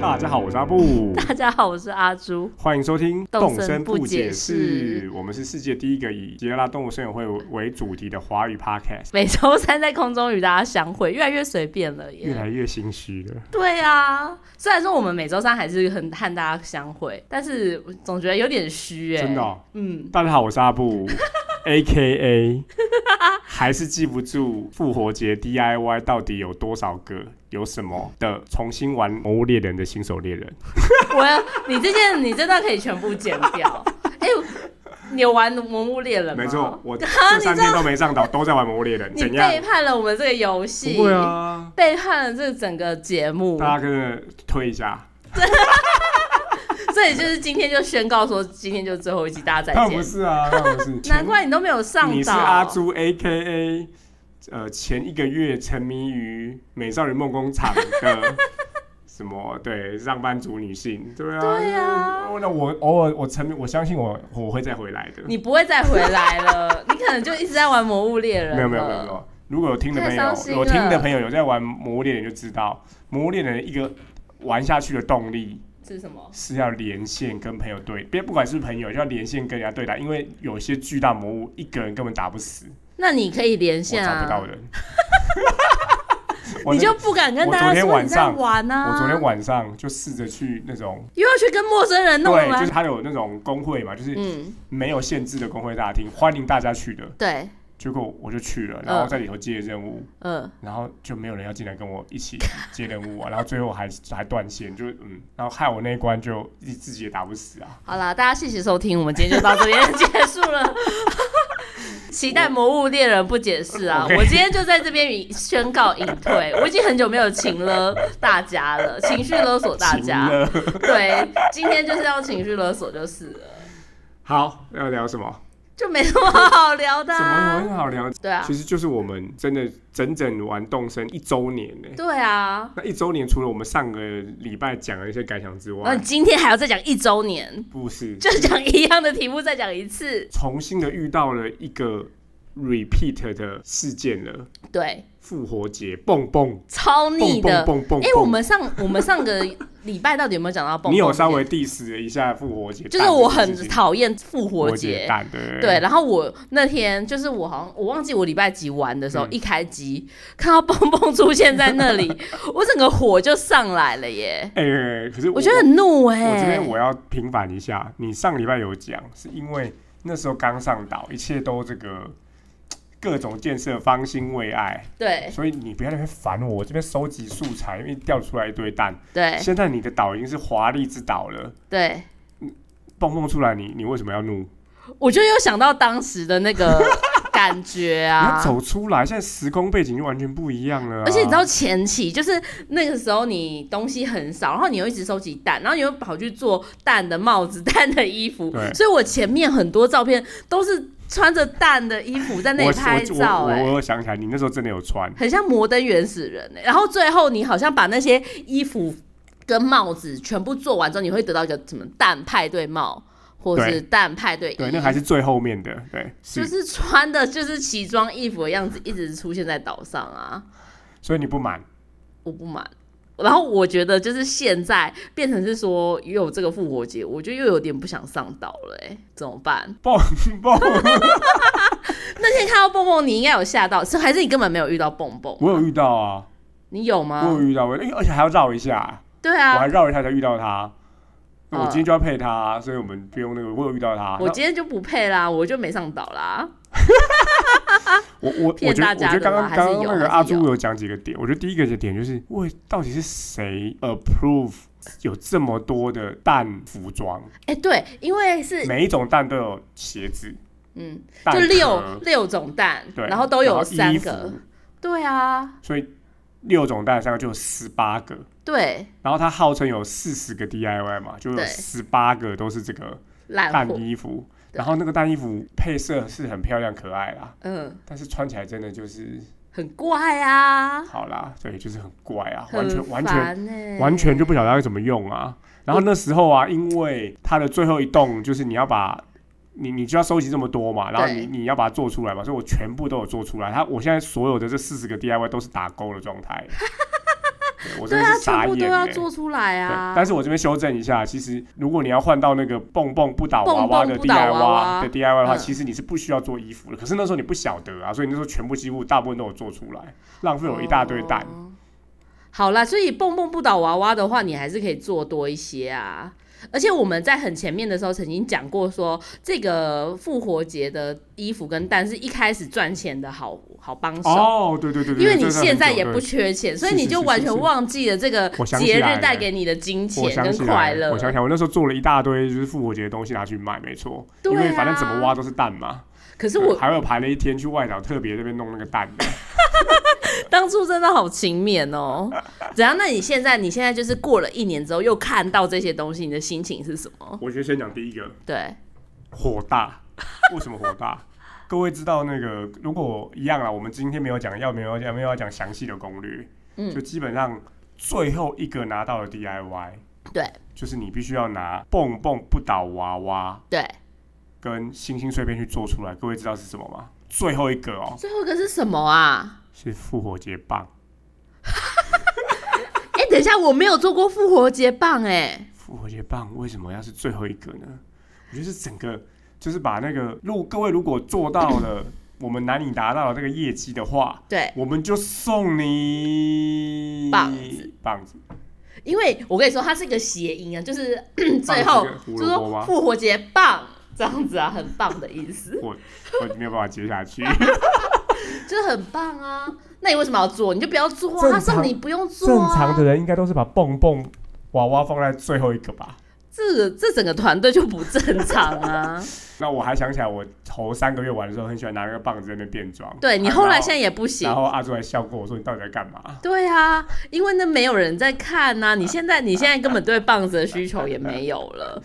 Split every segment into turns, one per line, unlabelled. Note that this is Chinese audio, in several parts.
大家好，我是阿 布，
大家好，我是阿朱。
欢迎收听《
动
动
森
声
不
不
解
解
释
释》，我们是世界第一个以吉尔拉动物森友会为主题的华语 podcast，
每周三在空中与大家相会，越来越随便了
越
耶。
来越心虚了。
对啊，虽然说我们每周三还是很和大家相会，但是我总觉得有点虚哎。
真的哦
嗯，
大家好，我是阿 布，A K A，还是记不住复活节 D I Y 到底有多少个，有什么的重新玩《魔物猎人》的新手猎人。
我要你这件你真的可以全部剪掉。哎、你有玩《魔物猎人》吗？
没错，， 我这
啊你
三
知道
天都没上岛，都在玩《魔物猎人》，
你
怎样
背？叛了我们这个游戏。
不会啊，
背叛了这整个节目，
大家跟着推一下。
所以就是今天就宣告说，今天就最后一集， 大家再
当然不
见。
是啊，当然不是。
难怪你都没有上岛。
你是阿朱 A K A，呃，前一个月沉迷于《美少女梦工厂》 的什么对上班族女性，对啊，
对啊
那我偶尔我沉迷，我相信我我会再回来 的。
你不会再回来 了，你可能就一直在玩《魔物猎人》。
没有没有没有没。有，如果有听的朋友
太伤心，了
有听的朋友有在玩《魔物猎人》就知道，《魔物猎人》一个玩下去的动力
是什么？
是要连线跟朋友对，别不管是不是朋友，就要连线跟人家对打，因为有些巨大魔物一个人根本打不死，
那你可以连
我
线
找
啊，
不到人。 我
你
那
就不敢跟
我
大
昨
家
天
说
晚
你在
上
玩啊。
我昨天晚上就试着去那种，
又要去跟陌生人弄
对，就
了
是。他有那种工会嘛，就是
嗯，
没有限制的工会大厅，欢迎大家去的。
对，
结果我就去了，
嗯
然后在里头接任务，
嗯，
然后就没有人要进来跟我一起接任务啊，然后最后还 还断线，就嗯，然后害我那一关就自自己也打不死啊。
好啦，大家谢谢收听，我们今天就到这边结束 了。期待《魔物猎人》不解释啊！
我
我今天就在这边以宣告隐 退，我已经很久没有情了大家了，情绪勒索大
行
家。
了
对，今天就是要情绪勒索就是了，
好，要聊什么？
就没什么好聊的、
什么
啊。
很好聊？
对啊，
其实就是我们真的整整玩动身一周年呢、
对啊，
那一周年除了我们上个礼拜讲的一些感想之
然后
外
你，今天还要再讲一周年，
不是
嗯就讲一样的题目再讲一次。
重新的遇到了一个 repeat 的事件了，
对，
复
复
活节蹦蹦
超
蹦
腻
蹦
的。
蹦蹦，
哎、我们上我们上个礼拜到底有没有讲到蹦 蹦？
你有稍微 diss 了一下复活节蛋
就
这件事情，
是我很讨厌复
复
活
活节
节。
蛋的，
对，，然后我那天就是我好像我忘记我礼拜几玩的时候，
嗯
一开机看到蹦蹦出现在那 里，我整个火就上来了耶！
哎、可是我
我觉得很怒
我这
哎、
边我要平反一下，你上礼拜有讲，是因为那时候刚上岛，一切都这个。各种建设方兴未艾，
对
所以你不要在那边烦我，我这边收集素材，因为掉出来一堆蛋。
对
现在你的岛已经是华丽之岛了，
对，
蹦蹦出来你，你为什么要怒？
我就又想到当时的 那个感觉
你要
啊。
走出来，现在时空背景就完全不一样了啊、
而且你知道前期就是那个时候你东西很少，然后你又一直收集蛋，然后你又跑去做蛋的帽子、蛋的衣服，
对
所以我前面很多照片都是穿着蛋的衣服在那里拍照、
我我我
哎。
我想起来，你那时候真的有穿，
很像摩登原始人、哎，然后最后你好像把那些衣服跟帽子全部做完之后，你会得到一个什么蛋派对帽，或是
对
蛋派对衣，
对，那还是最后面的，对，是，
就是穿的就是奇装异服的样子，一直出现在岛上啊。
所以你不满，
我不满。然后我觉得就是现在变成是说有这个复活节，我就又有点不想上岛了、欸，怎么办？
蹦蹦，
那天看到蹦蹦，你应该有吓到，是还是你根本没有遇到蹦蹦？
我有遇到啊，
你有
我有
吗？
遇到，哎而且还要绕一下，
对
我还
嗯啊，
绕一下才遇到他，
嗯
我今天就要配他，所以我们不用那个，我有遇到他，
我今天就不配啦，我就没上岛啦。
那我我我
骗
觉得
大
我
家
觉得
的
刚
啦
刚刚刚
还是有
那个阿
还是有
朱有讲几个点，我觉得第一个点就是，喂，到底是谁 approve 有这么多的蛋服装，
哎、对，因为是
每一种蛋都有鞋子。
嗯，
蛋
就
壳
六六种蛋，
对，
然后都有
然
三
衣
个
服，
对啊，
所以六种蛋三个就有十八个。
对，
然后它号称有四十个 DIY 嘛，就有
对
十八个都是这个
烂
蛋
货，
衣服。
对
然后那个蛋衣服配色是很漂亮可爱啦，
嗯，
但是穿起来真的就是
很怪啊，
好啦，对，就是很怪啊，完全
很
完全
烦欸
完全就不晓得要怎么用啊。然后那时候啊，因为它的最后一栋就是你要把你你就要收集这么多嘛，然后你你要把它做出来嘛，所以 我全部都有做出来。它我现在所有的这四十个 DIY 都是打勾的状态，对我真
对
的
啊，
是傻
全部都
眼、欸
要。做出来
对
啊，
但是我这边修正一下，其实如果你要换到那个蹦蹦不倒娃
蹦
娃
蹦
的
不倒
DIY
娃娃
的 DIY 的话，
嗯
其实你是不需要做衣服的。可是那时候你不晓得啊，所以你那时候全部几乎大部分都有做出来，浪费我一大堆蛋。
哦好啦，所以蹦蹦不倒娃娃的话，你还是可以做多一些啊。而且我们在很前面的时候曾经讲过说这个复活节的衣服跟蛋是一开始赚钱的好好帮手。
哦，对对对对，
因为
这
你
个很
现在
久
也
对
不缺钱，所以
是
你
是
就是完
是
全
是
忘记了这个
我想起
节
来
日带
了
给你的金
我
钱
想
跟
起
快
来
乐。
我想起来，我那时候做了一大堆就是复活节的东西拿去卖，没错，
对
因为反正怎
啊
么挖都是蛋嘛。
可是我
还有排了一天去外岛，特别那边弄那个蛋的。
当初真的好勤勉哦。怎样？那你现在你现在就是过了一年之后又看到这些东西，你的心情是什么？
我觉得先讲第一个，
对，
火大， 为什么火大？各位知道那个，如果一样啊，我们今天没有讲要没有要没有要讲详细的攻略，
嗯
就基本上最后一个拿到的 DIY，
对，
就是你必须要拿蹦蹦不倒娃娃
对。
跟星星碎片去做出来。各位知道是什么吗？最后一个哦，
最后一个是什么 啊？
是复活节棒。
哎、等一下，我没有做过复活节棒哎、
复活节棒为什么要是最后一个呢？我觉得是整个就是把那个，如果各位如果做到了我们难以达到的这个业绩的话，
对，
我们就送你
棒子，
棒子，
因为我跟你说，它是一个谐音啊，就是
棒
最后
子跟胡
就
萝卜
说
吗？
复活节棒这样子啊，很棒的意 思，
我我没有办法接下去，
啊就是很棒啊。那你为什么要做？你就不要做
正
啊，
常
他送你不用做
正
啊。
常的人应该都是把蹦蹦娃娃放在最后一个吧。
这这整个团队就不正常 啊！
那我还想起来，我头三个月玩的时候，很喜欢拿那个棒子在那边变装。
对你
啊
后来
然
现在也不行
然，后阿朱还笑过我说：“你到底在干嘛
对啊，因为那没有人在看呐、你现在你现在根本对棒子的需求也没有 了，？”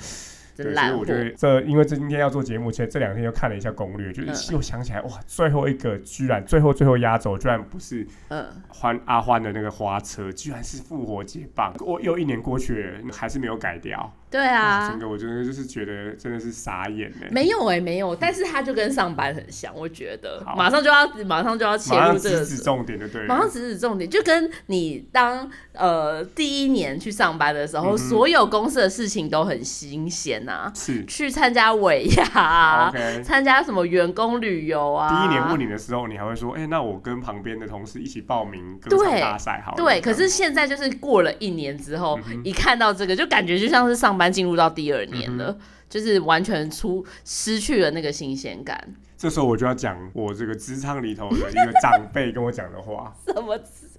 对，
真
所以
烂
我
货
觉。得这因为这今天要做节目，其实这两天又看了一下攻略，就是
嗯
又想起来，哇，最后一个居然最后最后压轴居然不是
嗯，
欢阿欢的那个花车，居然是复活节棒。我又一年过去了，还是没有改掉
对
哇
啊
整，个嗯我真的就是觉得真的是傻眼了。
没有哎、没有，但是他就跟上班很像，我觉得
好
马上就要马上就要切
马上
入这
直
个
指
主。
重点就对
马上
了。
直指重点，就跟你当呃第一年去上班的时候，
嗯哼
所有公司的事情都很新鲜呐、
是
去参加尾牙、啊，
OK。
参加什么员工旅游啊。
第一年问你的时候，你还会说：“哎、那我跟旁边的同事一起报名歌唱
对
大赛好了。”
对，
这
可
样嗯
是现在就是过了一年之后，一看到这个，就感觉就像是上班进入到第二年
嗯
了，就是完全出失去了那个新鲜感。
这时候我就要讲我这个职场里头的一个长辈跟我讲的话。
什么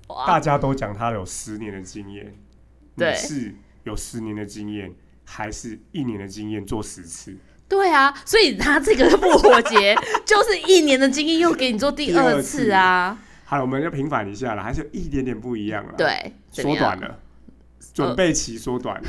啊
大
哇？
家都讲他有十年的经验，
对
你是有十年的经验，还是一年的经验做十次？
对啊，所以他这个复活节 就是一年的经验又给你做第二次啊。
好了，我们要平反一下了，还是有一点点不一样了。，
对，怎么
缩
样
短了，准备期缩短了，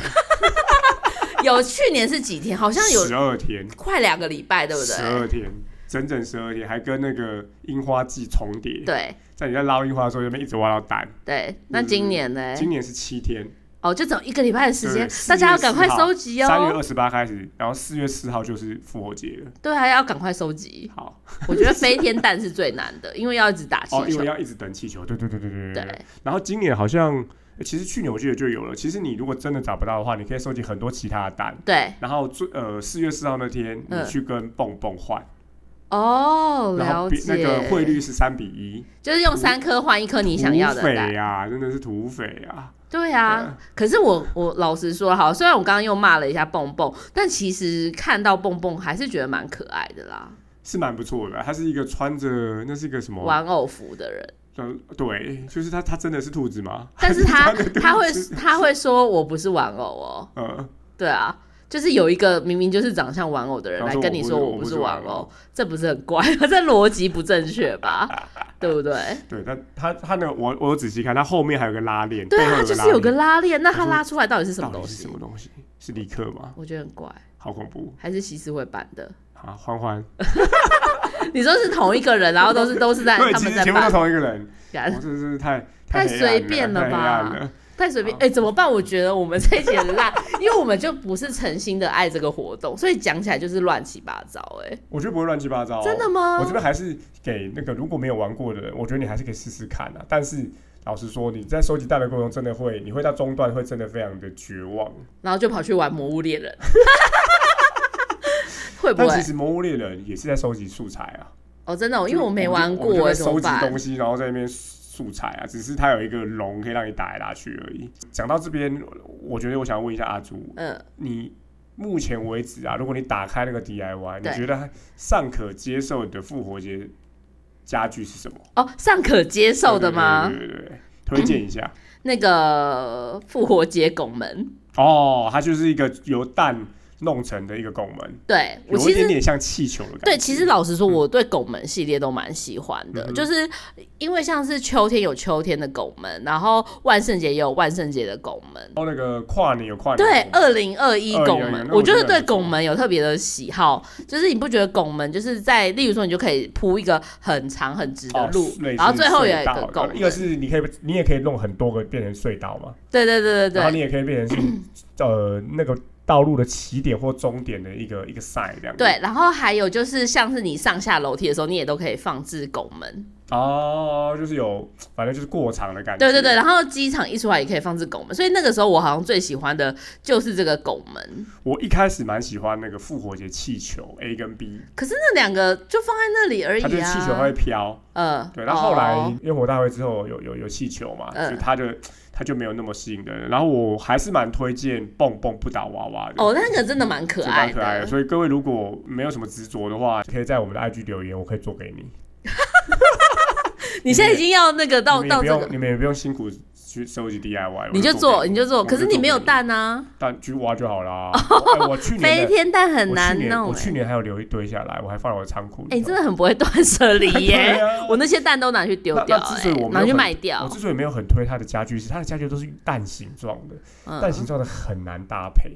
有去年是几天？好像有
十二天，
快两个礼拜，对不
十
对？
二天，整整十二天，还跟那个樱花季重叠。
对
在你在捞樱花的时候，就边一直挖到蛋。
对，那今年呢？
嗯今年是七天，
哦，就只有一个礼拜的时
对
间，
4
大家要
月
赶快
4号
收集
三月
哦。
二十八开始，然后四月四号就是复活节了。
对啊，要赶快收集。
好，
我觉得飞天蛋是最难的，因为要一直打气
哦，因
球
为。要一嗯直等气球。对对对对对对。
对
然后今年好像，呃其实去年我记得就有了。其实你如果真的找不到的话，你可以收集很多其他的蛋。
对，
然后最呃四月四号那天，你
嗯
去跟蹦蹦换，
哦，
然后
了
比
解。
那个汇率是三比一，
就是用三颗换一颗你想要的
土
蛋
匪。啊，真的是土匪啊！
对啊，可是我我老实说，好，虽然我刚刚又骂了一下蹦蹦，但其实看到蹦蹦还是觉得蛮可爱的啦，
是蛮不错的。他是一个穿着那是一个什么？
玩偶服 的人。
呃，对，就是他，他真的是兔子吗？
但是他
真的啊
他会
兔子
他会说我不是玩偶哦，
呃，
对啊。就是有一个明明就是长相玩偶的人
他
来
说
跟
我
你
不
说
是
我
我
不
不
是
是
玩
玩
偶
偶，
这不是很怪 吗？这逻辑不正确吧？对不对？
对他他他那个我我有仔细看，他后面还有个拉链，
对
背后
啊，它就是有个
拉
拉链，那它
我说
拉出来到底是什
链，
么
到
东
底是
西
什？么东西？是立刻吗？
我觉得很怪，
好恐怖
还是西斯会办的？
啊！欢欢，
你说是同一个人，然后都是都是在
对，
他
其
们
实
在
全部都
办，
同一个人，我
干
真的哦是太黑
太
暗
随便了
了
吧
太黑暗了
太随便。哎，怎么办？我觉得我们这一节很烂，因为我们就不是诚心的爱这个活动，所以讲起来就是乱七八糟。哎，
我觉得不会乱七八糟、哦
真的
我这
吗？
边还是给那个如果没有玩过的人，我觉得你还是可以试试看啊。但是老实说，你在收集蛋的过程中，真的会，你会到中段会真的非常的绝望。
然后就跑去玩《魔物 猎人》，会不
但
会
其？实《魔物猎人》也是在收集素材啊，
哦，真的、哦，因为
就
我没
就
玩
我们就
过，
在
怎
收
么
集
办
东？西，然后在那边素材啊，只是它有一个笼可以让你打来打去而已。讲到这边，我觉得我想问一下阿朱，
嗯，
你目前为止啊，如果你打开那个 DIY，你
对
觉得尚可接受的复活节家具是什么？
哦，尚可接受的吗？
对对对对对推荐一下。
那个复活节拱门，
哦，它就是一个由蛋弄成的一个拱门，
对我
有
其
一点
实。
点像气球的感觉。
对，其实老实说，我对拱门系列都蛮喜欢的，
嗯哼
就是因为像是秋天有秋天的拱门，然后万圣节也有万圣节的拱门，
哦，那个跨年有跨年
对
的，
二零二一
2021
拱
那
门，
我
我就是
觉得
对
很不错
拱门有特别的喜好，就是你不觉得拱门就是在，例如说你就可以铺一个很长很直的
哦
路，
类似
然后最后有
隧
一
道
个拱门
一个是你可以你也可以弄很多个变成隧道嘛，
对对对
然后
对
你
对。
也可以变成是呃那个道路的起点或终点的一个一个 sign 这样子。
对，然后还有就是，像是你上下楼梯的时候，你也都可以放置拱门。
哦，就是有反正就是过场的感觉。
对对对，，然后机场一出来也可以放置拱门，所以那个时候我好像最喜欢的就是这个拱门。
我一开始蛮喜欢那个复活节气球 A 跟 B，
可是那两个就放在那里而已
它
啊。
就是气球它会飘。
呃，
对，然后后来
哦
烟火大会之后有有有气球嘛，
嗯
所以它就它就没有那么吸引人。然后我还是蛮推荐蹦蹦不倒娃娃的。
哦，那个真的蛮可
是蛮
爱的。
可爱的，所以各位如果没有什么执着的话，可以在我们的 IG 留言，我可以做给你。
你现在已经要那个到
你们也
到
不
这
用，
个，
你们也不用辛苦去收集 DIY，
你就做，你就做。
我
可
就是
你没有
做给
蛋啊，
蛋去挖就好 啦。我哎我去
飞
年的
天蛋很
我去
难
年
弄、
我
欸。
去年还有留一堆下来，我还放在我的仓库里头。
哎、你真的很不会断舍离
对
耶、
啊
我那些蛋都拿去丢
那
掉、
那之
欸，
所以我没有
拿去
很
卖
我
掉。
之所以没有很推它的家具，是它的家具都是蛋形状的，蛋形
嗯，
状的很难搭配。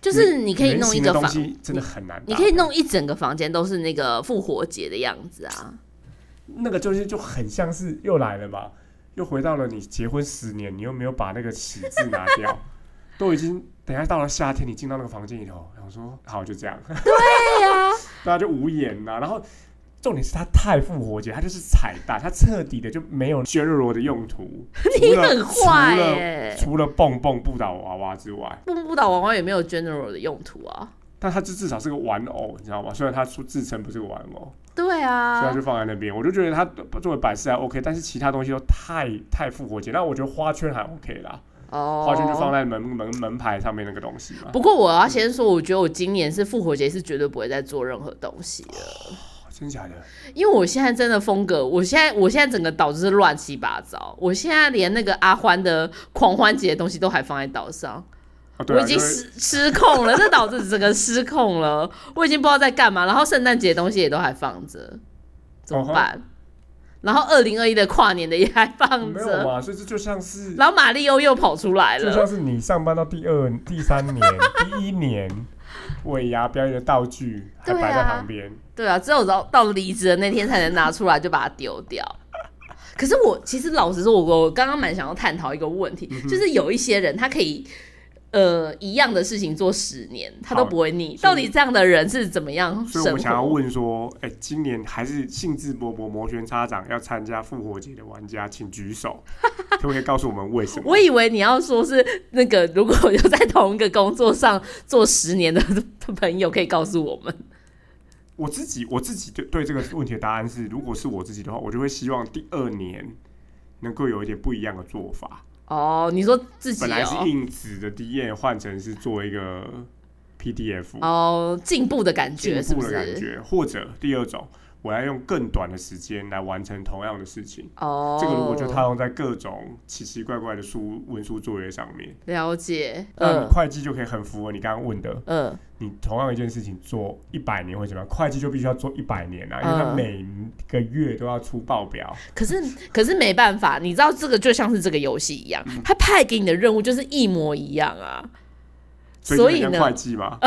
就是你可以
圆
弄一
形的
个
东
房，
西，真的很难搭配。
你可以弄一整个房间都是那个复活节的样子啊。
那个就是就很像是又来了嘛，又回到了你结婚十年，你又没有把那个喜字拿掉， 都已经等一下到了夏天，你进到那个房间里头，然后说好就这样，
对呀、，
大家就无言呐、然后重点是它太复活节，它就是彩蛋，它彻底的就没有削弱我的用途
你很坏
除了
耶、
除了蹦蹦不倒娃娃之外，
蹦不倒娃娃也没有 general 的用途啊。
但它就至少是个玩偶，你知道吗？虽然它说自称不是个玩偶，
对
所以它
啊
就，放在那边。我就觉得它作为摆饰还 OK，但是其他东西都太太复活节。那我觉得花圈还 OK 啦，
哦，
花圈就放在门门门牌上面那个东西嘛。
不过我要先说，我觉得我今年是复活节是绝对不会再做任何东西了，
真假的？
因为我现在真的风格，我现在我现在整个岛就是乱七八糟，我现在连那个阿欢的狂欢节的东西都还放在岛上，
哦，对、啊，
我已经
就是
失失控了，这岛子整个失控了，我已经不知道在干嘛，然后圣诞节的东西也都还放着，怎么
哦吼
办？然后二零二一的跨年的也还放
没有
着，
嘛，所以这就像是
然后马里欧又跑出来
就
了
像，是你上班到第二、第三年、第一 年，尾牙表演的道具还
对啊
摆在旁边，
对啊，只有到到离职的那天才能拿出来，就把它丢掉。可是我其实老实说，我我刚刚蛮想要探讨一个问题，
嗯
就是有一些人他可以呃一样的事情做十年，他都
好
不会腻，
是
到底这样的人是怎么样
所以
生
我们想要
活？
问说，哎、今年还是兴致勃勃摩拳擦掌要参加复活节的玩家，请举 手，可不可以告诉我们为什么？
我以为你要说是那个，如果有在同一个工作上做十年的的朋友，可以告诉我们。
我自己我自己对对这个问题的答案是，如果是我自己的话，我就会希望第二年能够有一点不一样的做法。
哦，你说自己
本来是
哦，
硬纸的 D N 换成是做一个 P D F，
哦，进步的感
进
觉是
步
不
的感
是？
觉，或者第二种，我要用更短的时间来完成同样的事情。
哦，
这个如果就套用在各种奇奇怪怪的书文书作业上面，
了解，
那你
嗯
会计就可以很符合你刚刚问的，
嗯。
你同样一件事情做一百年会怎么样？会计就必须要做一百年啊，因为它
嗯
每个月都要出报表。
可是可是没办法，你知道这个就像是这个游戏一样，
嗯
他派给你的任务就是一模一样啊。所
所
以
就很像
呢啊
会，计嘛，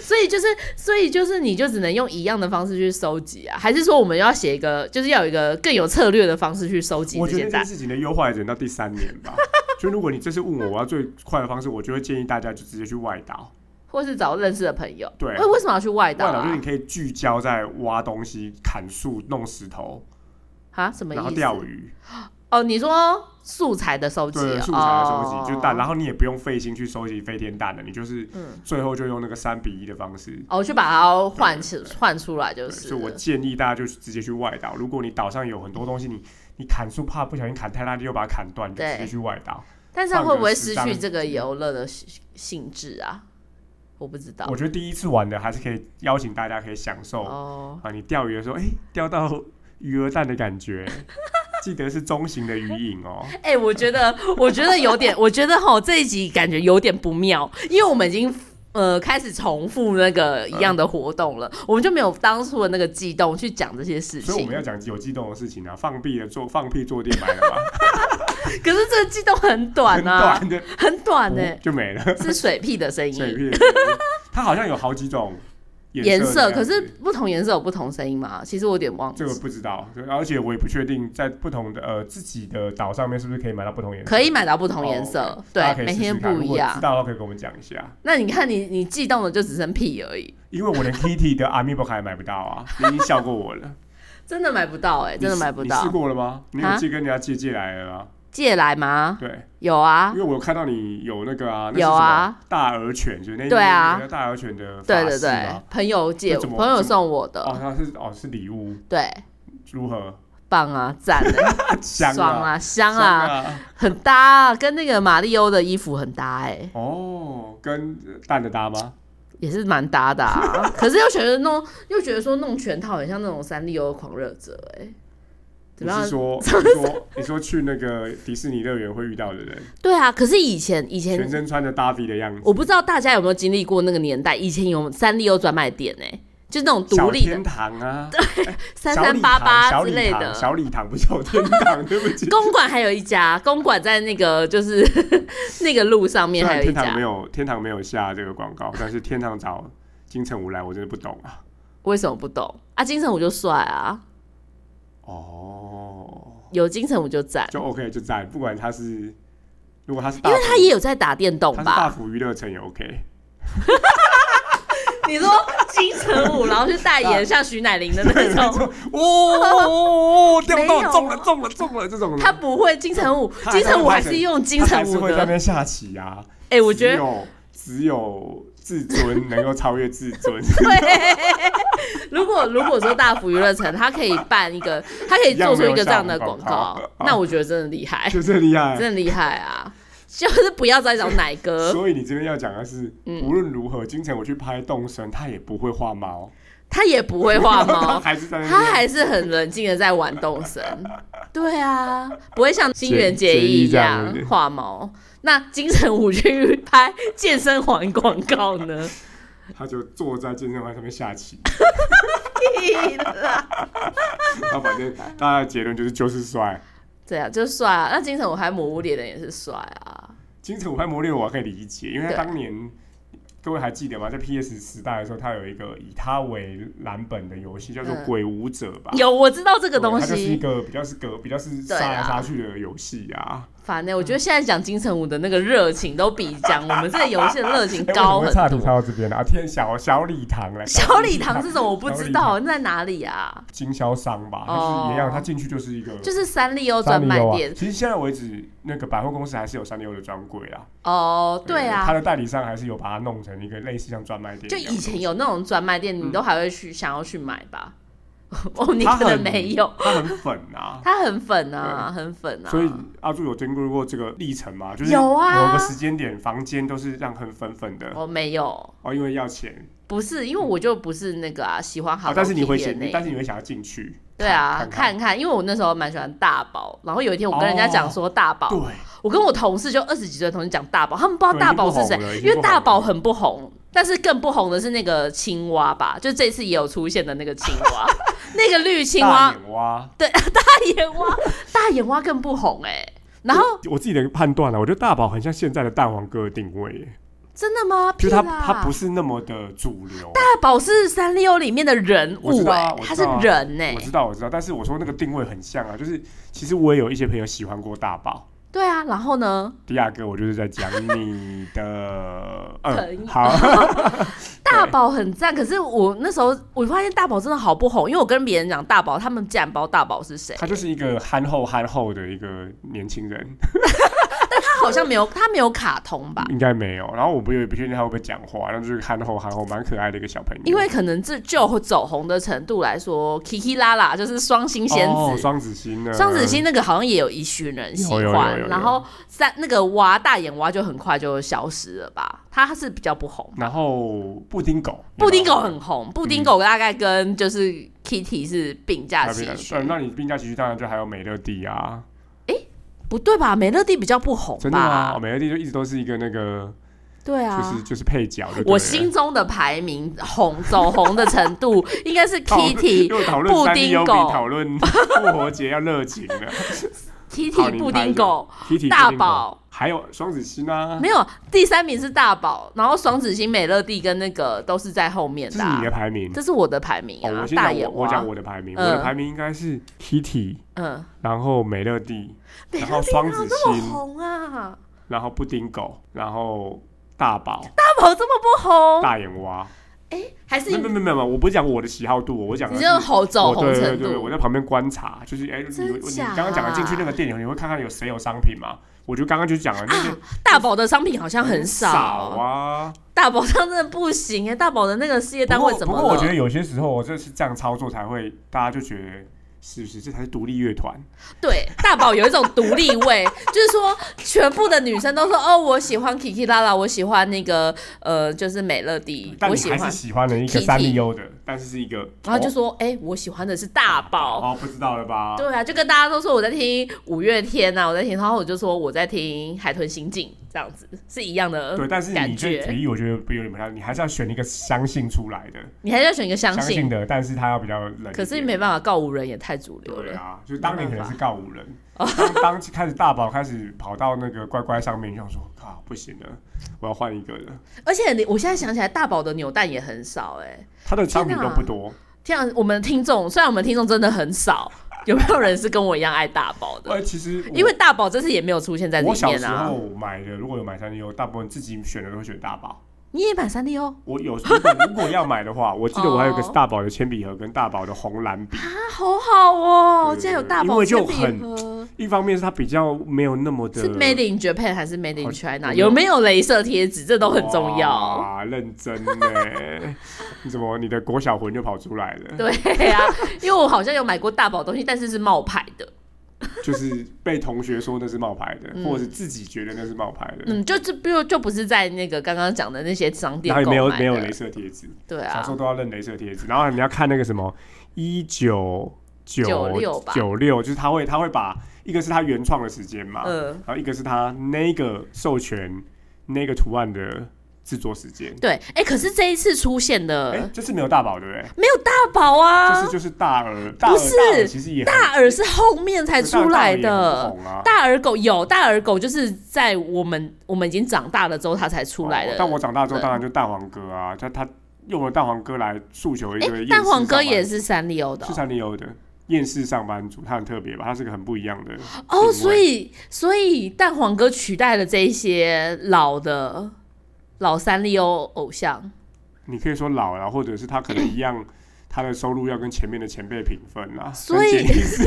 所以就是，所以就是，你就只能用一样的方式去收集啊？还是说我们要写一个，就是要有一个更有策略的方式去收集
我
这
觉得
些
这件
蛋？
事情的优化只能到第三年吧。 就如果你这次问我，我要最快的方式，我就会建议大家就直接去外岛。
或是找认识的朋友？
对啊
为为什么要去外岛
外岛就是
啊
你？可以聚焦在挖东西、砍树、弄石头，
啊，什么
然后
意
钓
思？
鱼。
哦，你说素材的收集
对，
哦，
素材的收集、就蛋，然
后
后你也不用费心去收集飞天蛋了，你就是
嗯，
最后就用那个三比一的方式。
哦，去把它换起换出来就
对
是
所以我
了。
建议大家就直接去外岛。如果你岛上有很多东西你，你砍树怕不小心砍太大力，又把它砍断，你就
对
直接去外岛。
但是它会不会
放个
失
十
去
张
这个游乐的性性质啊？我不知道
我觉得第一次玩的还是可以邀请大家可以享受、
哦。
啊，你钓鱼的时候，哎、钓到鱼儿蛋的感 觉，记得是中型的鱼影哦。
哎、我觉得，我觉得有点，我觉得吼这一集感觉有点不妙，因为我们已经呃开始重复那个
嗯
一样的活动了，我们就没有当初的那个悸动去讲这些事
所以我
情
们。要讲有激动的事情啊，放屁的做放屁坐垫买了 嘛，
可是这个悸动很短
很
啊，
短的
很短呢、
就没了。
是水屁的声
碎
音，
片，它好像有好几种
颜
色
色，
的
可
样
是
子，
不同颜色有不同声音嘛？其实我有点忘记
这个。不知道，对而且我也不确定在不同的呃自己的岛上面是不是可以买到不同颜色，
可以买到不同颜色，
哦大家，
对
可以
每
试试
天
看
不
如
一
果
样
知。道的话可以跟我们讲一下，
那你看你你悸动的就只剩屁而已，
因为我连 Kitty 的 Amiibo 卡也买不到啊，你已经笑过我了，
真的买不到哎、
你
真的
试
买不
你试
到。
过了吗？你有
啊
借跟人家借借来了吗？
借来吗？
对，
有啊
因，为我有看到你有那个啊，那是
有啊
什么，大耳犬就是那
对啊
那个大耳犬的
对
发
对
饰
对
吗，
朋友借
那
我，
怎么
朋友
怎么
送我的，
哦，它是哦是礼物，
对，
如何？
棒啊，赞、欸，
香
爽
啊，
啊，香
香
啊，
啊！
很搭、啊，跟那个马里欧的衣服很搭哎、
哦，跟蛋的搭吗？
也是蛮搭 的啊。可是又觉得弄，又觉得说弄全套很像那种三丽鸥的狂热者哎、怎
你
么样
是？ 说你说你说去那个迪士尼乐园会遇到的 人，
对啊，可是以前以
全
前
身穿着 Daffy 的样子，
我不知道大家有没有经历过那个年代，以前有三丽鸥专卖店哎、就是那种独
小
立的
天堂啊，
三
小
三
礼
八
堂
八
小
之
礼
类
堂
的。
小礼堂不是小天堂， 对不起。
公馆还有一家，公馆在那个就是 那个路上
虽
面还
然
有
天
一家
堂没，有天堂没有下这个广告，但是天堂找金城武来，我真的不懂啊。
为什么不懂啊？金城武就帅啊，
哦，
有金城武就赞，
就 OK 就赞，不管他是如果他是大
因
福
为他也有在打电动
他是大
吧？
福娱乐城也 OK，
你说金城武，然后去代言像徐乃麟 的那种，
哦哦哦，钓
没有
到中了中了中了这种的，
他不会金城武，
他
金城武还是用金
他
城
还是
武
会在那
的。
边下棋啊。
哎，我觉
只
得
有只有自尊能够超越自尊，
对。如果如果说大福娱乐城，他可以办一个，他可以做出一个这样的广
一样没有效
告
果，
那我觉得真的厉害，
就这厉害。
真的厉害啊！就是不要再找奶 哥。
所以你这边要讲的是，
嗯
无论如何，金城我去拍动身，他也不会画猫，
他也不会画
他
猫，
还是在那边
他还是很冷静的在玩动森。对啊，不会像新垣结衣
结
一
衣这样
样
对
画猫。那金城武去拍健身环广告呢？
他就坐在健身环上面下棋。
屁啦
那反正大家的结论就是就是帅。
对啊，就帅啊。那金城武还抹无脸的也是帅啊。
金城武拍魔猎我啊还可以理解，因为他
对
当年。各位还记得吗？在 PS 时代的时候，他有一个以他为蓝本的游戏，叫做
嗯
《鬼舞者》吧。
有，我知道这个东
对它就是一
西。啊
个比较是格，比较是杀来杀去的游戏啊。
烦欸呢、我觉得现在讲金城武的那个热情，都比讲我们这个游戏的热情
哎
高
为什么会
很
岔题
多。
岔到这边啊，天小小礼堂嘞，
小礼堂是什么？我不
小
知
礼
道，
堂
那在哪里啊？
经销商吧，它
哦
是一样，它进去就是一个
就是三丽鸥
三
专
丽
卖
鸥
店
啊。其实现在为止，那个百货公司还是有三丽鸥的专柜啦。
哦，对啊，
它的代理商还是有把它弄成一个类似像专卖店。
就以前。有那种专卖店，你都还会去、想要去买吧？ 哦，
嗯
你
它
可能
很
没有。，，
它很粉啊
它很粉啊，很粉啊。
所以阿柱有经历过这个历程吗？就是
有啊
某个时间点，房间都是让很粉粉的
我没有，
哦，因为要钱
不是因为我就不是那个啊，喜欢好、
啊，但是你会想，但是你会想要进去，
对啊，
看
看看，因为我那时候蛮喜欢大宝，然后有一天我跟人家讲说大宝，
哦对，
我跟我同事就二十几岁的同事讲大宝，他们不知道大宝是谁
对已经不红了，已
因
经
为
不红了
大宝很不红，但是更不红的是那个青蛙吧，就这次也有出现的那个青蛙， 那个绿青
大，
蛙
眼蛙。
大眼蛙，大眼蛙更不红哎、然后
我自己的判断了、我觉得大宝很像现在的蛋黄哥的定位耶，
真的吗？
就是他他不
是
是那么的主流。
大宝是三丽鸥里面的人
我
物
知道
哎、
啊我
他
知
是
道啊
人哎、
我知道我知道，但是我说那个定位很像啊，就是其实我也有一些朋友喜欢过大宝。
对啊，然后呢，
第二个我就是在讲你的，呃
朋友
嗯，好，
大宝很赞，可是我那时候我发现大宝真的好不红，因为我跟别人讲大宝，他们竟然不知道大宝是谁，
他就是一个憨厚憨厚的一个年轻人，
他好像没有他没有卡通吧，
应该没有。然后我不也不确定他会不会讲话，然后就是憨厚憨厚，蛮可爱的一个小朋友。
因为可能这就走红的程度来说，Kiki 拉拉就是双星仙
哦，
子。
双子星呢？
双子星那个好像也有一群人喜
有有有
欢
有有，
然后三那个蛙大眼蛙就很快就消失了吧？他是比较不红，
然后布丁狗，
布丁狗很
嗯
红，布丁狗大概跟就是 Kitty 是并驾
大
齐驱。
对，那你并驾齐驱当然就还有美乐蒂啊，
不对吧？美乐蒂比较不红
真的吗？哦
吧？
美乐蒂就一直都是一个那个，
对啊，
就是就是配角。就对了
我心中的排名红走 红的程度 应该是
讨论
Kitty
又讨论
布
三
丁
D 优比
狗
讨论 复活节要热情了好
Kitty
你
布
拍
丁
着
狗，
，Kitty
大
布丁狗
宝
还有双子星啊，
没有第三名是大宝，然后双子星、美乐蒂跟那个都是在后面
这
的
是
啊、
你的排名。
这是我的排名
哦，
啊
我，先
大
讲
眼
我我
蛙
讲，我的排名，我
嗯
的排名应该是 Kitty，
嗯，
然后美乐蒂，
美
然
乐
后
蒂
双
哪有
子
那么
星
红啊？
然后布丁狗，然后大宝、
大宝这么不红，
大眼蛙。
还是
没没
你
没没没，我不是讲我的喜好度，我讲的
你
是
这红走
我
红
哦对对
程
对，我
度？
在旁边观察，就是哎，你
真
你
假
刚刚讲的进去那个店里，你会看看有谁有商品嘛？我就刚刚就讲了那个
大宝的商品好像很
少啊，
大宝上真的不行哎、大宝的那个事业单位怎么
不
了？
过我觉得有些时候，我就是这样操作才会，大家就觉得是不是这才是独立乐团？
对大宝有一种独立味， 就是说全部的女生都说哦，我喜欢 Kiki 拉拉，我喜欢那个呃，就是美乐蒂，
但
我
你
喜
还
欢
是。喜欢了一个
Kitty
三丽鸥的，但是是一个，
然后就
哦
说，哎、我喜欢的是大宝。
哦，不知道了吧？
对啊，就跟大家都说我在听五月天呐、啊，我在听，然后我就说我在听海豚刑警，这样子是一样的
对，但是
感
你这
觉。
提议我觉得不有点不太，你还是要选一个相信出来的，
你还是要选一个相
相
信，
信的，但是他要比较冷一点。
可是没办法，告五人也太主流
对
了。
啊，就是当年可
没
能
办法哦
是告五人，当当开始大宝开始跑到那个乖乖上面，就想说靠不行了，我要换一个了。
而且你，我现在想起来，大宝的扭蛋也很少哎、
他的商品
天
都
哪
不多，
天啊，我们的听众虽然我们的听众真的很少，有没有人是跟我一样爱大宝的？
而其实我
因为大宝这次也没有出现在里
我小
面
时
啊。
候买的，如果有买三丽鸥，大部分自己选的都会选大宝。
你也买三 D 哦？
我有如果如果要买的话，我记得我还有一个
哦
是大宝的铅笔盒跟大宝的红蓝笔。
啊，好好哦，
对
竟然有大
因
宝
为
铅
就
笔
很
盒。
一方面是它比较没有那么的
是 Made in Japan 还是 Made
好
in
我
China？
没有
有没有镭射贴纸？这都很重要。
啊，认真呢？ 你怎么你的国小魂就跑出来了？
对啊，因为我好像有买过大宝东西，但是是冒牌的。
就是被同学说那是冒牌的，
嗯
或者是自己觉得那是冒牌的，
嗯，就就不就不是在那个刚刚讲的那些商店
然后也
购
没有
买
没有
的
镭。射贴纸，
对
小
啊
时候，都要认镭射贴纸，然后你要看那个什么一九
96吧
九六，就是他会他会把一个是他原创的时间嘛，
嗯，
然后一个是他那个授权那个图案的制作时间。
对。哎，可是这一次出现的
哎，这次没有大宝对不对？
没有大宝啊，
这次就是大耳，大
不
耳
是
大耳其实也很
大耳是后面才出来
大耳也很
的。
红啊，
大耳狗有大耳狗，就是在我们我们已经长大了之后，它才出来
哦
的。哎
但我长大之后当然就蛋黄哥啊，他他用了蛋黄哥来诉求一
哎、
个
蛋黄哥也
是
是三丽鸥的
是
哦
三丽鸥的厌世上班族，他很特别吧？他是个很不一样的定位
哦所以所以蛋黄哥取代了这一些老的老三丽鸥偶像。
你可以说老啊了，或者是他可能一 样，他的收入要跟前面的前辈平分啊，
所以
跟杰尼斯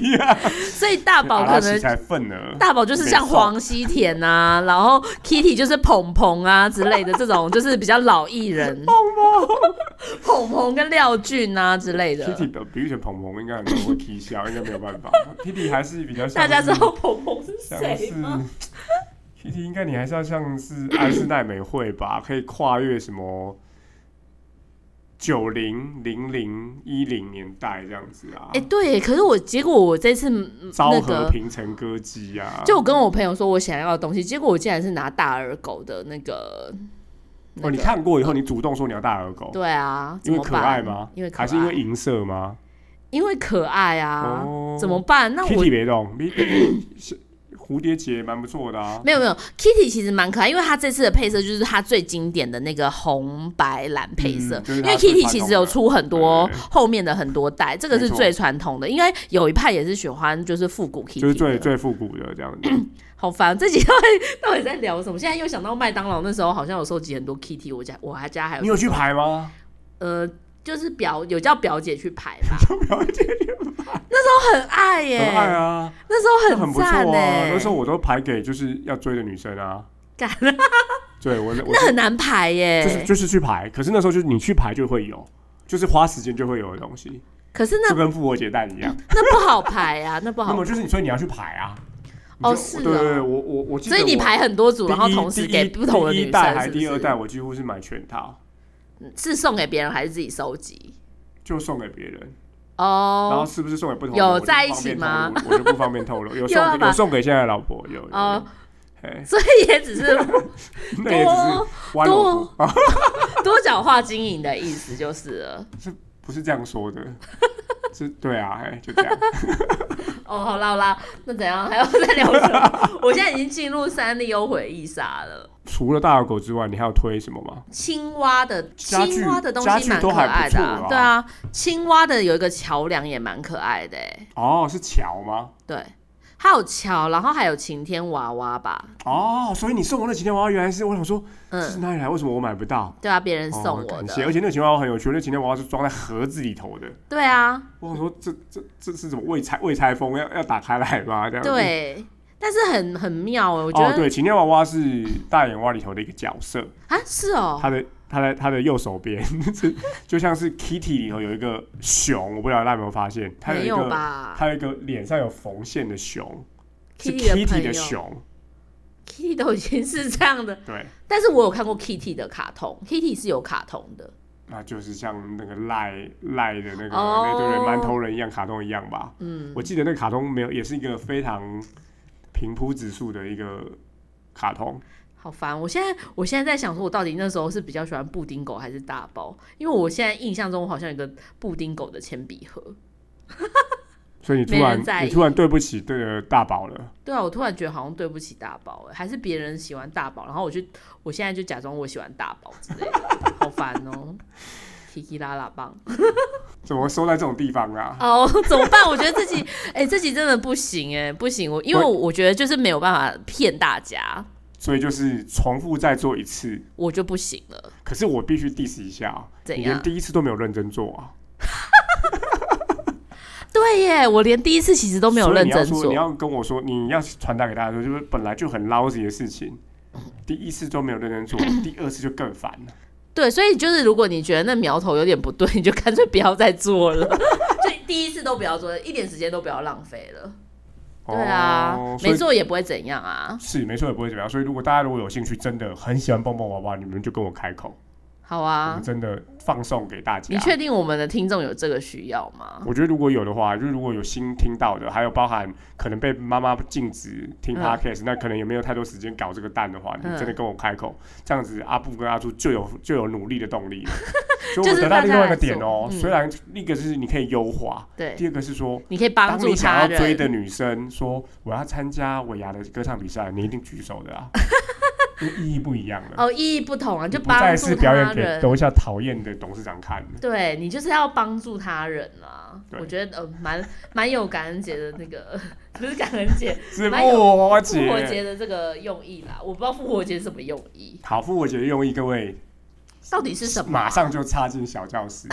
一样，
所以大 宝
阿拉
可
西
能
才份额。
大宝就是像
没错
黄西田啊，然后 Kitty 就是鹏鹏啊之类的这种，就是比较老艺 人。鹏鹏鹏鹏跟廖俊啊之类的。
Kitty 的比喻成鹏鹏，应该很多人会踢笑，应该没有办法。Kitty 还是比较像
大
是
家知道鹏鹏是
像
谁
是
吗？
Kitty 应该你还是要像是安室奈美惠吧，可以跨越什么九零零零一零年代这样子啊
哎、，对，可是我结果我这次嗯
昭
那
和
个，
平成歌姬啊，
就我跟我朋友说我想要的东西，结果我竟然是拿大耳狗的那个。那
哦，你
个
看过以后，你主动说你要大耳狗，
对啊，
因为
怎么
可
办
爱吗？
因为可
还是因为
爱，
银色吗？
因为可爱啊，
哦
怎么办？那我
Kitty 别动，你是 蝴蝶结蛮不错的啊。
没有没有，Kitty 其实蛮可爱，因为它这次的配色就是它最经典的那个红白蓝配色。
嗯就是
因
它
为
最
Kitty
传
其实
统
有
的
出很多
对对
后面的很多代，这个
没
是
错
最传统的。应该有一派也是喜欢就是复古 Kitty，
就是最
的
最复古的这样 子。
好烦。这集到底到底在聊什么？现在又想到麦当劳那时候好像有收集很多 Kitty，我家哎我还家还
你
有
有去排 吗？
呃，就是表有叫表姐去排吧，
都表姐
很爱耶、
很爱啊，
那时
这
候
很不错
赞
啊。
哎、
那时候我都排给就是要追的女生啊。
干
对我我
那欸很难排耶、
就是就是去排，可是那时候就是你去排就会有，就是花时间就会有的东西，
可是那
就跟复活节蛋一样。
那不好排 啊，那不
那
好
么就是你所以你要去排啊。你
哦
就是对对对，
哦
我我我记得
所以你
我
排很多组，
第
然后
一
同时
第
给
一
不同的
第
女
一
生，
代还
是不
第二
是
代，我几乎是买全套，
是送给别人还是自己收集？
就送给别人。然后
哦
是不是送给不同的
有
我就不
在一
方
起
便透
吗
露我就不方便透露， 有
有
送给
吧
有送给现在的老婆，有有
哦
有，嘿
所以也只是
那也只
多
是弯老婆，
多角化经营的意思就是了。
不是这样说的， 是对啊，嘿，就这样。
哦，好啦好啦，那怎样还要再聊什 么？我现在已经进入三丽鸥回忆杀了。
除了大耳狗之外，你还有推什么吗？
青蛙的
家具
青蛙的东
家
西
具
蛮可
都还不
爱的、
错啊
对啊，青蛙的有一个桥梁也蛮可爱的、欸，
哦，是桥吗？
对，还有桥，然后还有晴天娃娃吧，
哦，所以你送我那晴天娃娃，原来是我想说，这是
嗯，
哪里来？为什么我买不到？
对啊，别人
哦
送我
感
的，
谢而且那个晴天娃娃很有趣，那晴天娃娃是装在盒子里头的。
对啊，
我想说，这这这是怎么未拆未拆封？要要打开来吗？这样子。
对，但是很很妙哦，我觉
哦，
得、
对，晴天娃娃是大眼蛙里头的一个角色，
啊是哦，
它的它的它的右手边 是就像是 Kitty 里头有一个熊，我不知道大家有没有发现，它有
没
一
有
个
吧
它有一个脸上有缝线的熊，是
的
Kitty
朋
的
友
熊，
，Kitty 都已经是这样的，
对，
但是我有看过 Kitty 的卡通，Kitty 是有卡通的，
那就是像那个赖赖的那个、
哦
那对人馒头人一样，卡通一样吧。
嗯，
我记得那个卡通没有，也是一个非常平铺直述的一个卡通，
好烦！我现在我现在在想，说我到底那时候是比较喜欢布丁狗还是大包？因为我现在印象中，我好像有个布丁狗的铅笔盒。
所以你突
没人
然
在意
你突然对不起这个大宝了，
对啊，我突然觉得好像对不起大包、欸，还是别人喜欢大包，然后我就我现在就假装我喜欢大包之类的，好烦哦、提提拉拉棒
怎么收在这种地方啊？
哦怎么办？我觉得自己，哎、自己真的不行、哎，不行，我因为
我
我觉得就是没有办法骗大家，
所以就是重复再做一次，
我就不行了。
可是我必须 diss 一下、啊，
怎
你连
样？
第一次都没有认真做啊，
对耶，我连第一次其实都没有
所以
认
你要
真
说
做
你。要跟我说，你要传达给大家说，就是本来就很 lousy 的事情，第一次都没有认真做，第二次就更烦了。
对，所以就是如果你觉得那苗头有点不对，你就干脆不要再做了， 就第一次都不要做，一点时间都不要浪费了。对啊，
哦所以
没做也不会怎样啊。
是没错，也不会怎么样。所以如果大家如果有兴趣，真的很喜欢蹦蹦娃娃，你们就跟我开口，
好
我
啊
们，真的放送给大家。
你确定我们的听众有这个需要吗？
我觉得如果有的话，就是如果有新听到的，还有包含可能被妈妈禁止听
嗯
podcast，、那可能也没有太多时间搞这个蛋的话，你
嗯
真的跟我开口，这样子阿布跟阿朱就有就有努力的动 力了。所以
就
我
是
得到
大家
另外一
来
个点
做
哦、
嗯
虽然一个是你可以优化，
对，
第二个是说。
你可以帮
当
助
你想要
他
追的
人。
女生说我要参加尾牙的歌唱比赛，你一定举手的 啊，因为意义不一样了。
哦，意义不同啊，就
不
帮
再
助
是表
他
演给
人。
楼下讨厌的董事长看的。
对你就是要帮助他人啊，
对
我觉得呃蛮 蛮有感恩节的那个， 不是感恩节，
是
蛮有
复活
复活
节，
节的这个用意啦。我不知道复活节是什么用意，
好，复活节的用意，各位
到底是什么啊？
马上就插进小教 室。，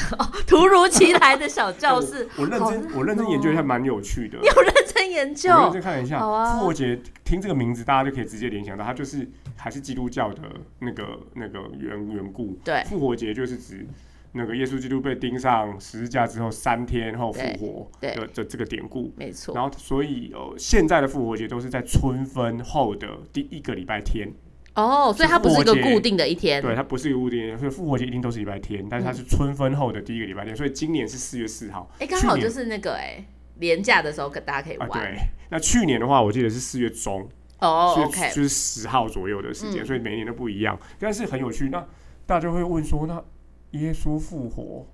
突如其来的小教室
我认
好
真，
烂
我认真
哦
研究一下，蛮有趣 的
你。有认真研究？
我认真看了一下
好，啊
复活节听这个名字，大家就可以直接联想到，它就是还是基督教的那个那个缘缘故。
对
复活节就是指那个耶稣基督被钉上十字架之后三天后复
对
活
对
的这这个典故。
没错，
然后，所以呃，现在的复活节都是在春分后的第一个礼拜天。
哦，所以它不是一个
复活节
固定的一天，嗯
对，它不是一个固定的，所以复活节一定都是礼拜天，但是它是春分后的第一个礼拜天，所以今年是四月四号
哎，刚好
去年
就是那个哎，廉价的时候，大家可以
啊。
玩
对，那去年的话，我记得是四月中，
哦
所以
，OK，
就是十号左右的时间，
嗯
所以每年都不一样，但是很有趣。那大家会问说，那耶稣复活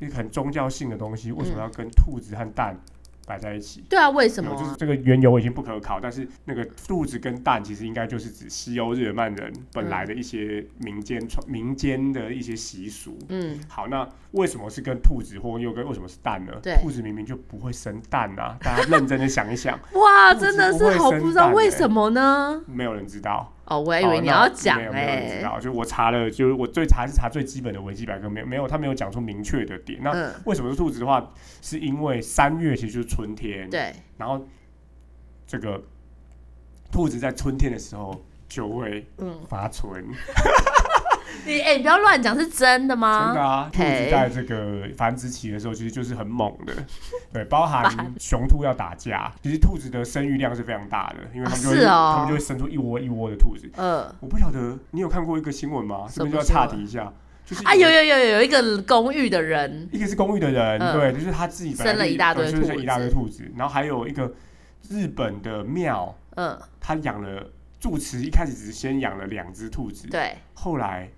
一个很宗教性的东西，为什么要跟兔子和蛋摆在一起。
对啊，为嗯什么
我就是
啊？
这个缘由已经不可考，但是那个兔子跟蛋其实应该就是指西欧日耳曼人本
嗯
来的一些民间传、民间的一些习俗。
嗯，
好，那为什么是跟兔子或又跟为什么是蛋呢
对？
兔子明明就不会生蛋啊！大家认真的想一想，
哇，
兔
真
子
的
不
是
会
好
生
不知道
蛋
为
欸
什么呢？
没有人知道。
哦，我还以
好
为你
那
要讲
没有没有人知
哎、
道，就我查了，就是我最查是查最基本的维基百科，没有没有，他没有讲出明确的点。那
嗯，
为什么是兔子的话，是因为三月其实就是春天，
对，
然后这个兔子在春天的时候就会
嗯，
发春，
你哎、你不要乱讲，是真的吗？
真的啊！兔
嘿
子在这个繁殖期的时候，其实就是很猛的，对，包 含雄兔要打架，其实兔子的生育量是非常大的，因为
啊
它们就会、
是哦
它们就会生出一窝一窝的兔子。
呃，
我不晓得你有看过一个新闻吗？
什
这
么
边就要
新闻
岔题一下，就是
啊，有有有有有一个公寓的人，
一个是公寓的人，
嗯
对，就是他自己本来
生了
就
一大堆
呃就是生一大堆
兔
兔子，然后还有一个日本的庙，
嗯，
他养了住持，一开始只是先养了两只兔子，
对。
后来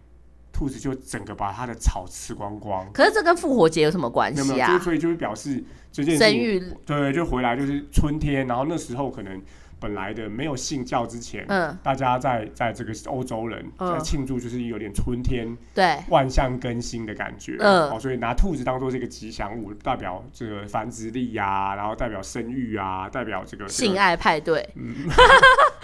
兔子就整个把它的草吃光光，
可是这跟复活节有什么关
没有没
系
有，就
啊？
所以就是表示这件事
生
情，
育，
对，就回来就是春天，然后那时候可能本来的没有信教之前。
嗯，
大家在在这个欧洲人
嗯
在庆祝，就是有点春天
对，
万象更新的感觉，
嗯
哦，所以拿兔子当做这个吉祥物，代表这个繁殖力呀、然后代表生育啊，代表这个
性。爱派对，
这个嗯，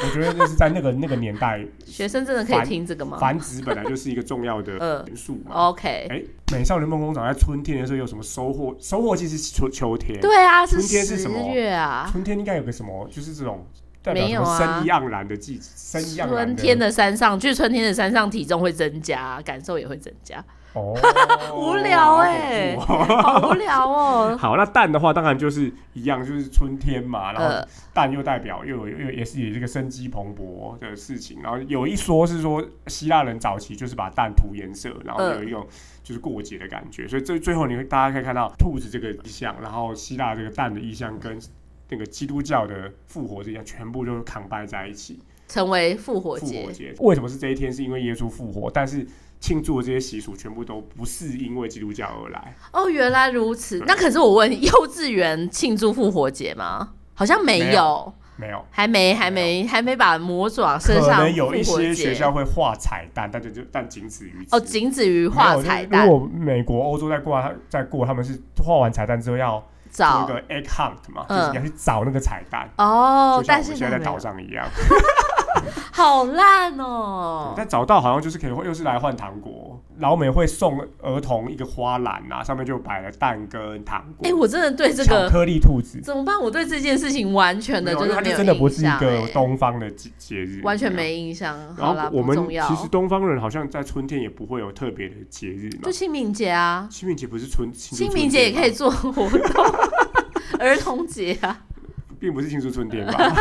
我觉得就是在那个那个年代，
学生真的可以
繁
听这个吗
繁殖本来就是一个重要的
嗯
元素嘛。
？OK，
哎美少女梦工厂在春天的时候有什么收获？收获其实是秋秋天，
对啊，是
春天是
十
什么
月啊，
春天应该有个什么，就是这种代表
没
什
有
么
啊
生意盎然的季，生意盎然
春天的山上，去春天的山上体重会增加，感受也会增加，，
哦
无聊欸
好恐怖哦
好无聊 哦。
好，那蛋的话，当然就是一样，就是春天嘛， 然后
呃，
蛋又代表又有又也是有这个生机蓬勃的事情，然后有一说是说希腊人早期就是把蛋涂颜色，然后
呃
有一种就是过节的感觉，所以最最后你会大家可以看到兔子这个意象，然后希腊这个蛋的意象跟那个基督教的复活这一样，全部都扛掰在一起。
成为复活
复
节
活，节为什么是这一天？是因为耶稣复活，但是庆祝的这些习俗全部都不是因为基督教而来。
哦，原来如此
对。
那可是我问， 幼稚园庆祝复活节吗？好像没有，
没有没有，
还没，还没，还没把魔爪身
可
上
能有一
复活
些
节
学校会画彩蛋，但就就但仅此于此。
哦，仅止于
没有
画
就是
彩蛋
如，果美国、欧洲在过啊，在过，他们是画完彩蛋之后要做一
找
个 egg hunt 嘛，
嗯
就是你要去找那个彩蛋。
哦
就，像
但
我
是
们现在在
没有
岛上一样，
好烂哦。
但找到好像就是可以又是来换糖果。老美会送儿童一个花篮啊，上面就摆了蛋跟糖
哎、
果，
我真的对这
巧
个
克力兔子。
怎么办？我对这件事情完全
没
的
有欸
就
因为
是
它
没
就
有
真的不是一
印象
个
哎
东方的节节日，
完全
对啊
没印象。好啦，
然后我
不
们
重要
其。实东方人好像在春天也不会有特别的节日嘛
就，清明节啊，
清明节不是春，庆
清
祝
明
春
节也
天
可以
吗，
做活动， 儿童节啊，
并不是庆祝春天 吧？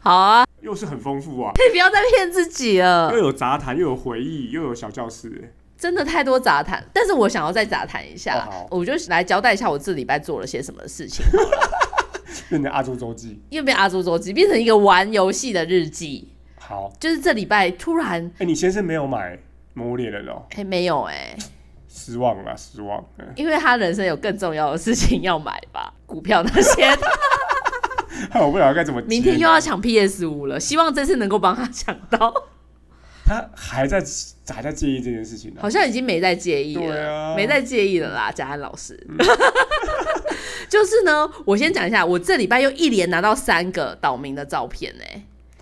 好啊，
又是很丰 富啊，
你不要再骗自己了
又，有杂谈，又有回忆，又有小教室。
真的太多杂谈。但是我想要再杂谈一下，
哦
我就来交代一下我这礼拜做了些什么事情，
变成阿朱周记。
因为被阿朱周记变成一个玩游戏的日记，
好，
就是这礼拜突然。
哎、你先生没有买《魔物猎人》哦，
哎、没有哎、
失望了， 失望。嗯
因为他人生有更重要的事情要买吧，股票那些的。
害我不晓得该怎么接。
明天又要抢 PS 五了，希望这次能够帮他抢到。
他还在还在介意这件事情呢、
好像已经没在介意
对
了，
啊嗯
没在介意了啦，贾安老师。 就是呢，我先讲一下，我这礼拜又一连拿到三个岛民的照片呢、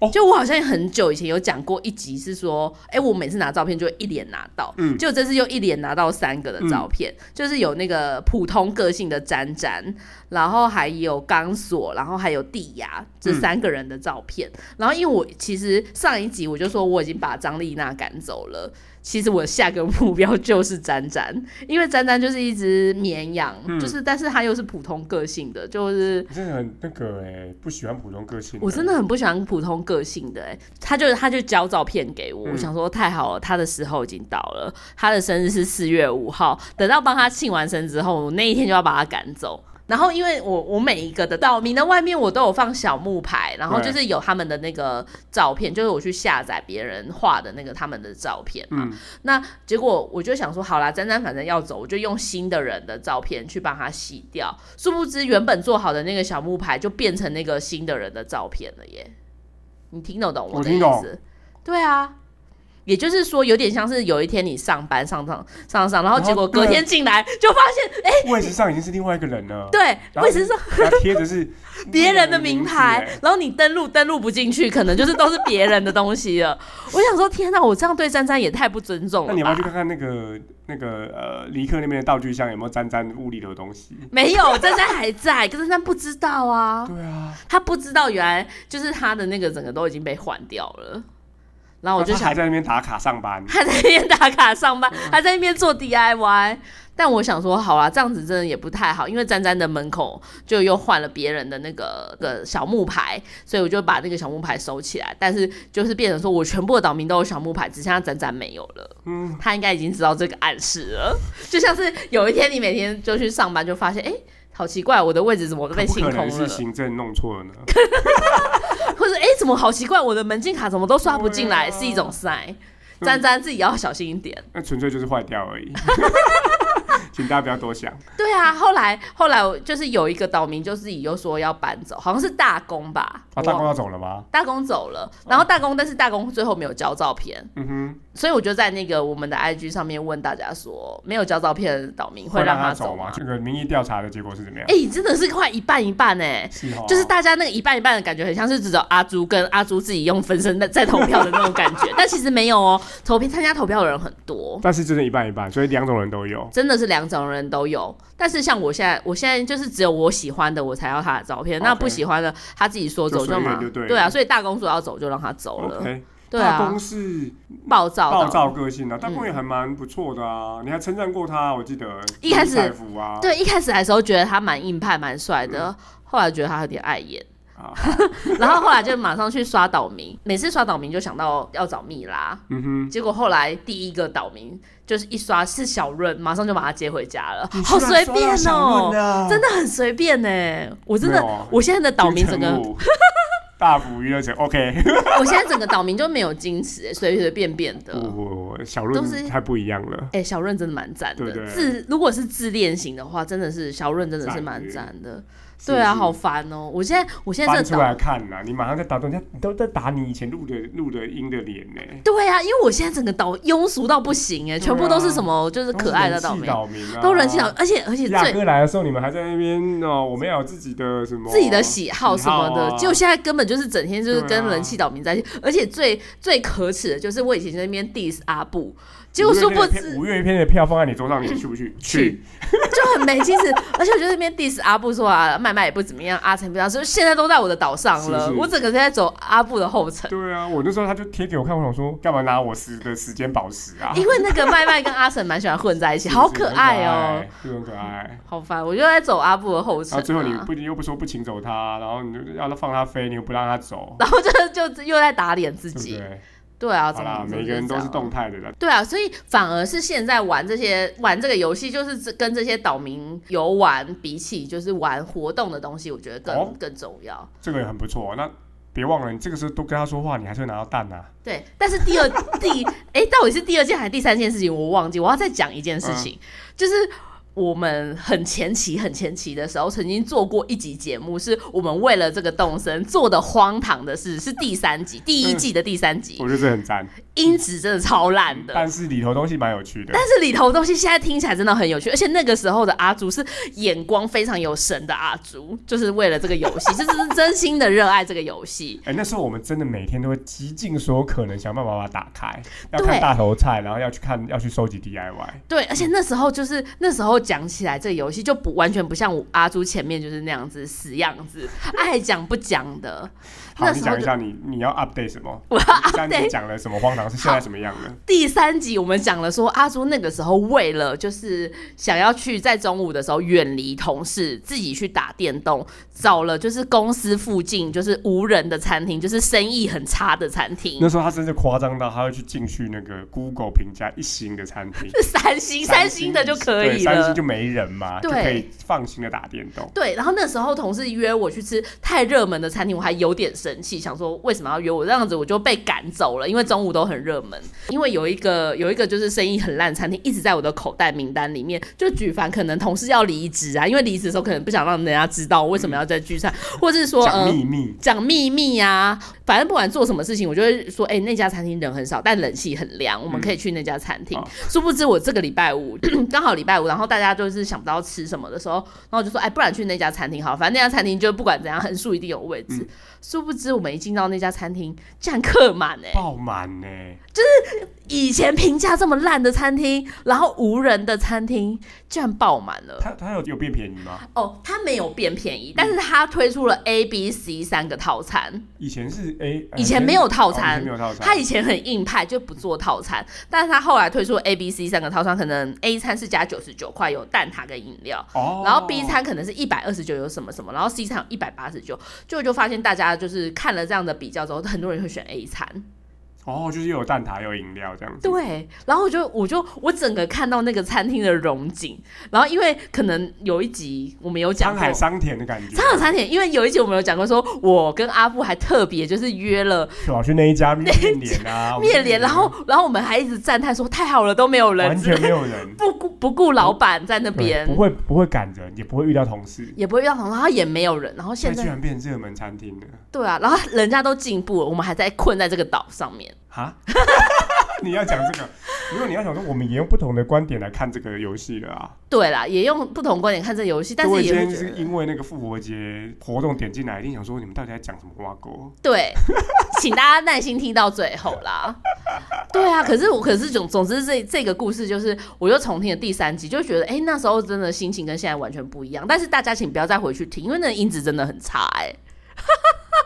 哦
就我好像很久以前有讲过一集是说，哎、我每次拿照片就会一连拿到，
嗯
就这次又一连拿到三个的照片，就是有那个普通个性的詹詹，然后还有钢索，然后还有地牙这
嗯
三个人的照片。然后因为我其实上一集我就说我已经把张丽娜赶走了，其实我下个目标就是詹詹，因为詹詹就是一只绵羊，
嗯
就是但是它又是普通个性的，就是。
你真的很那个哎、不喜欢普通个性。
我真的，很不喜欢普通个性的、欸，他就他就交照片给我，
嗯
我想说太好了，他的时候已经到了，他的生日是四月五号，等到帮他庆完生之后，我那一天就要把他赶走，然后因为我我每一个的岛民的外面我都有放小木牌，然后
对
就是有他们的那个照片，就是我去下载别人画的那个他们的照片嘛。
嗯，
那结果我就想说，好啦，詹詹反正要走，我就用新的人的照片去帮他洗掉。殊不知原本做好的那个小木牌就变成那个新的人的照片了耶。你听得懂
我
的
听
意
懂
思？对啊。也就是说，有点像是有一天你上班上上上上，然后
然后
结果隔
对
天进来就发现，哎、
位置上已经是另外一个人了，
对，
然后
为什么
他贴着是
别人的名牌
另外一个名字，哎
然后你登录登录不进去，可能就是都是别人的东西了。我想说，天哪，我这样对珊珊也太不尊重
哎。那
了
你要不要去
吧？
看看那个那个呃，离克那边的道具箱有没有沾沾物理的东西？
没有，珊珊还在，可是珊珊不知 道啊，
对啊，
她不知道原来就是她的那个整个都已经被换掉了。然后我
那
就
他
想
还，在那边打卡上班，
她在那边打卡上班，
嗯
她在那边做 DIY。但我想说，好啦，这样子真的也不太好，因为詹詹的门口就又换了别人的那个那个小木牌，所以我就把那个小木牌收起来。但是就是变成说我全部的岛民都有小木牌，只剩下詹詹没有了。
嗯，
他应该已经知道这个暗示了，就像是有一天你每天就去上班，就发现哎、诶好奇怪，我的位置怎么都
可
被
不
清
可
空
能是
了，
行政弄错了 呢？
或者哎、诶怎么好奇怪，我的门禁卡怎么都刷不进来，
对啊
是一种 sign。詹詹自己要小心一点。
那纯粹就是坏掉 而已，请大家不要多想。
对啊，后来后来我就是有一个岛民，就自己又说要搬走，好像是大公吧，
啊，大公
我忘
要走了吗？
大公走了，然后大公、但是大公最后没有交照片，
嗯哼，
所以我就在那个我们的 IG 上面问大家说，没有交照片的岛民会让
他
走
吗
吗？？
这个民意调查的结果是怎么样？
哎、真的是快一半一半哎、
是哦，
就是大家那个一半一半的感觉，很像是只有阿朱跟阿朱自己用分身在在投票的那种感觉，但其实没有哦，投票参加投票的人很多，
但是真的一半一半，所以两种人都有。
真的是两种人都有，但是像我现在，我现在就是只有我喜欢的我才要他的照片
OK
那不喜欢的他自己说走
就随缘
嘛
就对了
啊，所以大公说要走就让他走了
OK，
对
大
啊
公，是
暴躁到
暴躁个性
嗯
啊，大公也还蛮不错的啊，你还称赞过他，我记得
一开始
大夫啊，
对，一开始来的时候觉得他蛮硬派蛮帅的，后来觉得他有点碍眼，
嗯啊，
然后后来就马上去刷岛民，每次刷岛民就想到要找蜜拉，
嗯哼，
结果后来第一个岛民就是一刷是小润，马上就把他接回家了
你，
好
居然
随
说
便
到小
哦、
论啊
真的很随便呢、我真的
没有啊，
我现在的岛民整个
金。城武大福娱乐城 OK，
我现在整个岛民就没有矜持，随随便便的。
不不不，小
都是
论太不一样了。
哎、小润真的蛮赞的，
对对
自如果是自恋型的话，真的是小润真的是
赞
蛮
耶
赞的。
是
对啊，
是
好烦哦、我现在我现在
翻
这
出
个
来
岛，
看啊呐、你马上在打断人家，都在打你以前录的录的音的脸呢、
对啊，因为我现在整个岛庸俗到不行
对啊
哎、全部都是什么就是可爱的
都
岛
是人气，岛
民
民啊，
都人气岛，而且而且
亚
最
哥来的时候，你们还在那边哦，我们要有自己的什么
自己的喜好什么的，
喜好啊
就现在根本就是整天就是
对
跟
啊
人气岛民在一起，而且最最可耻的就是我以前在那边 diss 阿布，结果殊不知
五月一篇的票放在你桌上，你去不去？去，
就很没精神，而且我就在那边 diss 阿布说啊，麦麦也不怎么样，阿成不怎么样，所以现在都在我的岛上
是
了，
是
我整个在走阿布的 后 尘。
对啊，我那时候他就贴给我看，我想说干嘛拿我时的时间宝石啊？
因为那个麦麦跟阿成蛮喜欢混在一 起，
是
好可爱哦、，
是很可爱是很可爱。
好烦！我就在走阿布的后尘、
然后
啊，
最后你不又不说不请走他，然后你就要他放他飞，你又不让他走，
然后就就又在打脸自
对不
己。
对？
对啊，
好
怎
啦
么，
每个人都是动
动。
态的啦，
对啊，所以反而是现在玩这些玩这个游戏，就是这跟这些岛民游玩比起，就是玩活动的东西，我觉得更、
哦
更重要。
这个也很不错。那别忘了，你这个时候都跟他说话，你还是会拿到蛋啊。
对，但是第二第哎、到底是第二件还是第三件事情，我忘记。我要再讲一件事情，就是我们很前期、很前期的时候，曾经做过一集节目，是我们为了这个动身做的荒唐的事，是第三集，第一季的第三集，
我觉得这很赞，
音质真的超烂的。
但是里头东西蛮有趣的。
但是里头的东西现在听起来真的很有趣，而且那个时候的阿朱是眼光非常有神的阿朱，就是为了这个游戏，就是是真心的热爱这个游戏。
哎、那时候我们真的每天都会极尽所有可能想办法把它打开，要
对
看大头菜，然后要去看，要去收集 DIY。
对，而
嗯
且那时候就是那时候讲起来这个游戏就不完全不像我阿朱前面就是那样子死样 子，爱讲不讲的。
好，
那
你
时
讲
候
一
就
下你你要 update 什么？
我要
你上次
update
讲了什么荒唐事，现在什么样的？
第三集我们讲了说阿朱那个时候为了就是想要去在中午的时候远离同事，自己去打电动，找了就是公司附近就是无人的餐厅，就是生意很差的餐厅
那。时候他真的夸张到他
，
会去进去那个 Google 评价一星的餐厅
三星三星的就可以
对三星
了，
就没人嘛，就
对
可以放心的打电动。
对，然后那时候同事约我去吃太热门的餐厅，我还有点生气，想说为什么要约我这样子，我就被赶走了，因为中午都很热门。因为有一个有一个就是生意很烂的餐厅，一直在我的口袋名单里面。就举凡可能同事要离职啊，因为离职的时候可能不想让人家知道我为什么要在聚餐，或是说
讲
呃
秘密，
讲秘密啊，反正不管做什么事情，我就会说，哎、那家餐厅人很少，但冷气很凉，我们可以去那家餐厅。
好
殊不知我这个礼拜五 刚好礼拜五，然后大家就是想不到吃什么的时候，然后我就说，哎、不然去那家餐厅好了，反正那家餐厅就不管怎样，横竖一定有位置。
嗯
殊不知我们一进到那家餐厅，竟然客满哎、
爆满呢、
以前评价这么烂的餐厅，然后无人的餐厅，竟然爆满了。嗯
它它有有变便宜吗？
哦，它没有变便宜，但是它推出了 A、B、C 三个套餐。
以前是哎，呃
以前没有套餐
哦以前没有套餐，
他以前很硬派，就不做套餐，但是他后来推出 A、B、C 三个套餐，可能 A 餐是加九十九块，有蛋挞跟饮料。
哦，
然后 B 餐可能是一百二十九，有什么什么，然后 C 餐有一百八十九，就就发现大家就是看了这样的比较之后，很多人会选 A 餐，
哦，就是又有蛋挞又有饮料这样子，
对。然后我就我就我整个看到那个餐厅的荣景，然后因为可能有一集我们有讲
沧
过，
海桑田的感觉。
沧海餐点，因为有一集我们有讲过说我跟阿布还特别就是约了
跑去那一 家面脸啊，
面脸，然后然后我们还一直赞叹说太好了，都没有人
完
知道，
全没有人，
不顾不顾老板在那
对
边
不，会不会赶人，也不会遇到同事，
也不会让同事，然后也没有人，然后现
那居
在
然变成热门餐厅了，
对啊，然后人家都进步了，我们还在困在这个岛上面。
哈。 你要讲这个，如果你要想说，我们也用不同的观点来看这个游戏了啊。
对啦，也用不同观点看这个游戏，但
我
是
今
也
天
会觉
是
得
因为那个复活节活动点进来，一定想说你们到底在讲什么挖沟？
对，请大家耐心听到最后 啦。对啊，可是我可是总总之这这个故事就是，我又重听了第三集，就觉得哎、诶那时候真的心情跟现在完全不一样。但是大家请不要再回去听，因为那个音质真的很差 哎、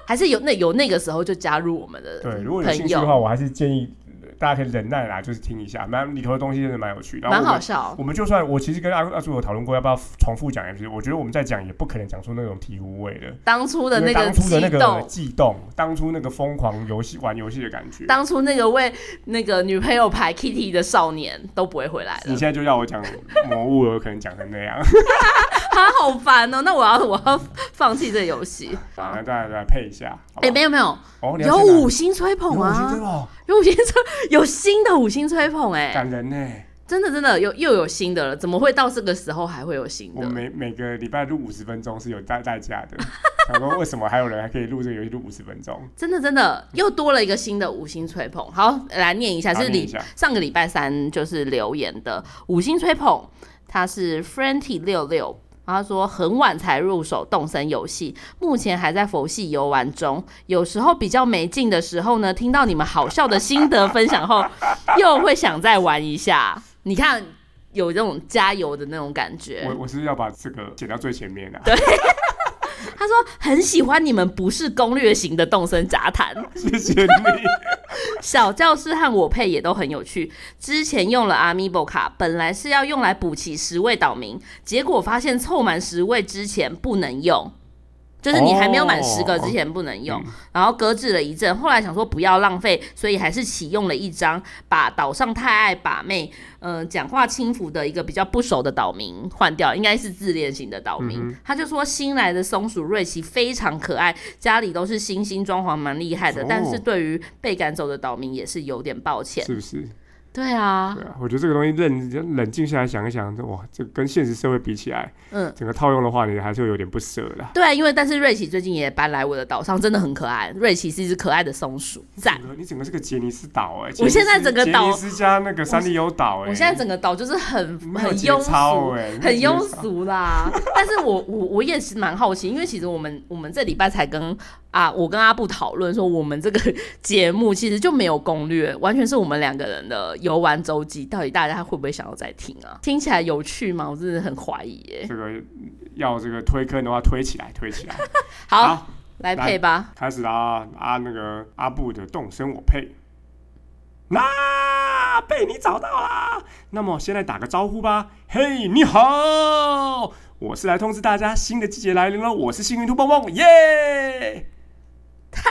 还是有那有那个时候就加入我们的
对，如果有兴
呃朋
趣的
友，
话，我还是建议呃大家可以忍耐啦，就是听一下，蛮里头的东西真的蛮有趣。然后
蛮
我们
好笑。
我们就算我其实跟阿阿叔有讨论过要不要重复讲一次，我觉得我们再讲也不可能讲出那种体无味的，
当初的
因为
那个
当初
激
的那个
动，
悸动，当初那个疯狂游戏玩游戏的感觉。
当初那个为那个女朋友牌 Kitty 的少年都不会回来
你
了
现，在就要我讲魔物，我有可能讲成那 样。
他好烦哦、那我要我要放弃这个游戏。
好，那再来配一下。好
哎、
吧
没有没有，
哦，你要
有
先来
五星吹
有
捧
五星
啊
真，的哦
有五星吹，有新的五星吹捧哎、
感人呢。
真的真的有又有新的了，怎么会到这个时候还会有新
我们
的？
每每个礼拜录五十分钟是有代代价 的。想说为什么还有人还可以录这个游戏录五十分钟？
真的真的又多了一个新的五星吹捧，好来念一下，
好
是
念一
礼
下
上个礼拜三就是留言的五星吹捧，他是 Franty 六六。然后他说很晚才入手动森游戏，目前还在佛系游玩中。有时候比较没劲的时候呢，听到你们好笑的心得分享后，又会想再玩一下。你看有这种加油的那种感觉。
我我是不是要把这个剪到最前面啊。
他说很喜欢你们不是攻略型的动身杂谈，
谢谢你。
小教室和我配也都很有趣。之前用了 Amiibo 卡，本来是要用来补齐十位岛民，结果发现凑满十位之前不能用。就是你还没有满十个之前不能用
哦嗯
然后搁置了一阵，后来想说不要浪费，所以还是启用了一张把岛上太爱把妹，嗯、讲话轻浮的一个比较不熟的岛民换掉，应该是自恋型的岛民。
嗯
他就说新来的松鼠瑞奇非常可爱，家里都是星星装潢，蛮厉害的，
哦
但是对于被赶走的岛民也是有点抱歉。
是不是？
对啊，
对啊，我觉得这个东西冷冷静下来想一想，这哇，这跟现实社会比起来，
嗯。
整个套用的话，你还是会有点不舍啦。
对，啊因为但是瑞奇最近也搬来我的岛上，真的很可爱。瑞奇是一只可爱的松鼠，赞
整！个你整个是个杰尼斯岛哎、
我现在整个岛
杰尼斯加那个三丽鸥岛哎，
我现在整个岛就是很
没有
很
节
庸
操
俗，
哎，
很
没有
庸
节操。
俗啦。但是我我我也是蛮好奇，因为其实我们我们这礼拜才跟啊，我跟阿布讨论说，我们这个节目其实就没有攻略，完全是我们两个人的游玩周记，到底大家会不会想要再听啊？听起来有趣吗？我真的很怀疑耶、
这个要这个推坑的话，推起来，推起来。
好，
好，
来
来
配吧。
开始啦！啊，那个阿布的动身我配。那、被你找到啦！那么先来打个招呼吧。嘿，你好，我是来通知大家新的季节来临了。我是幸运兔蹦蹦，耶！
太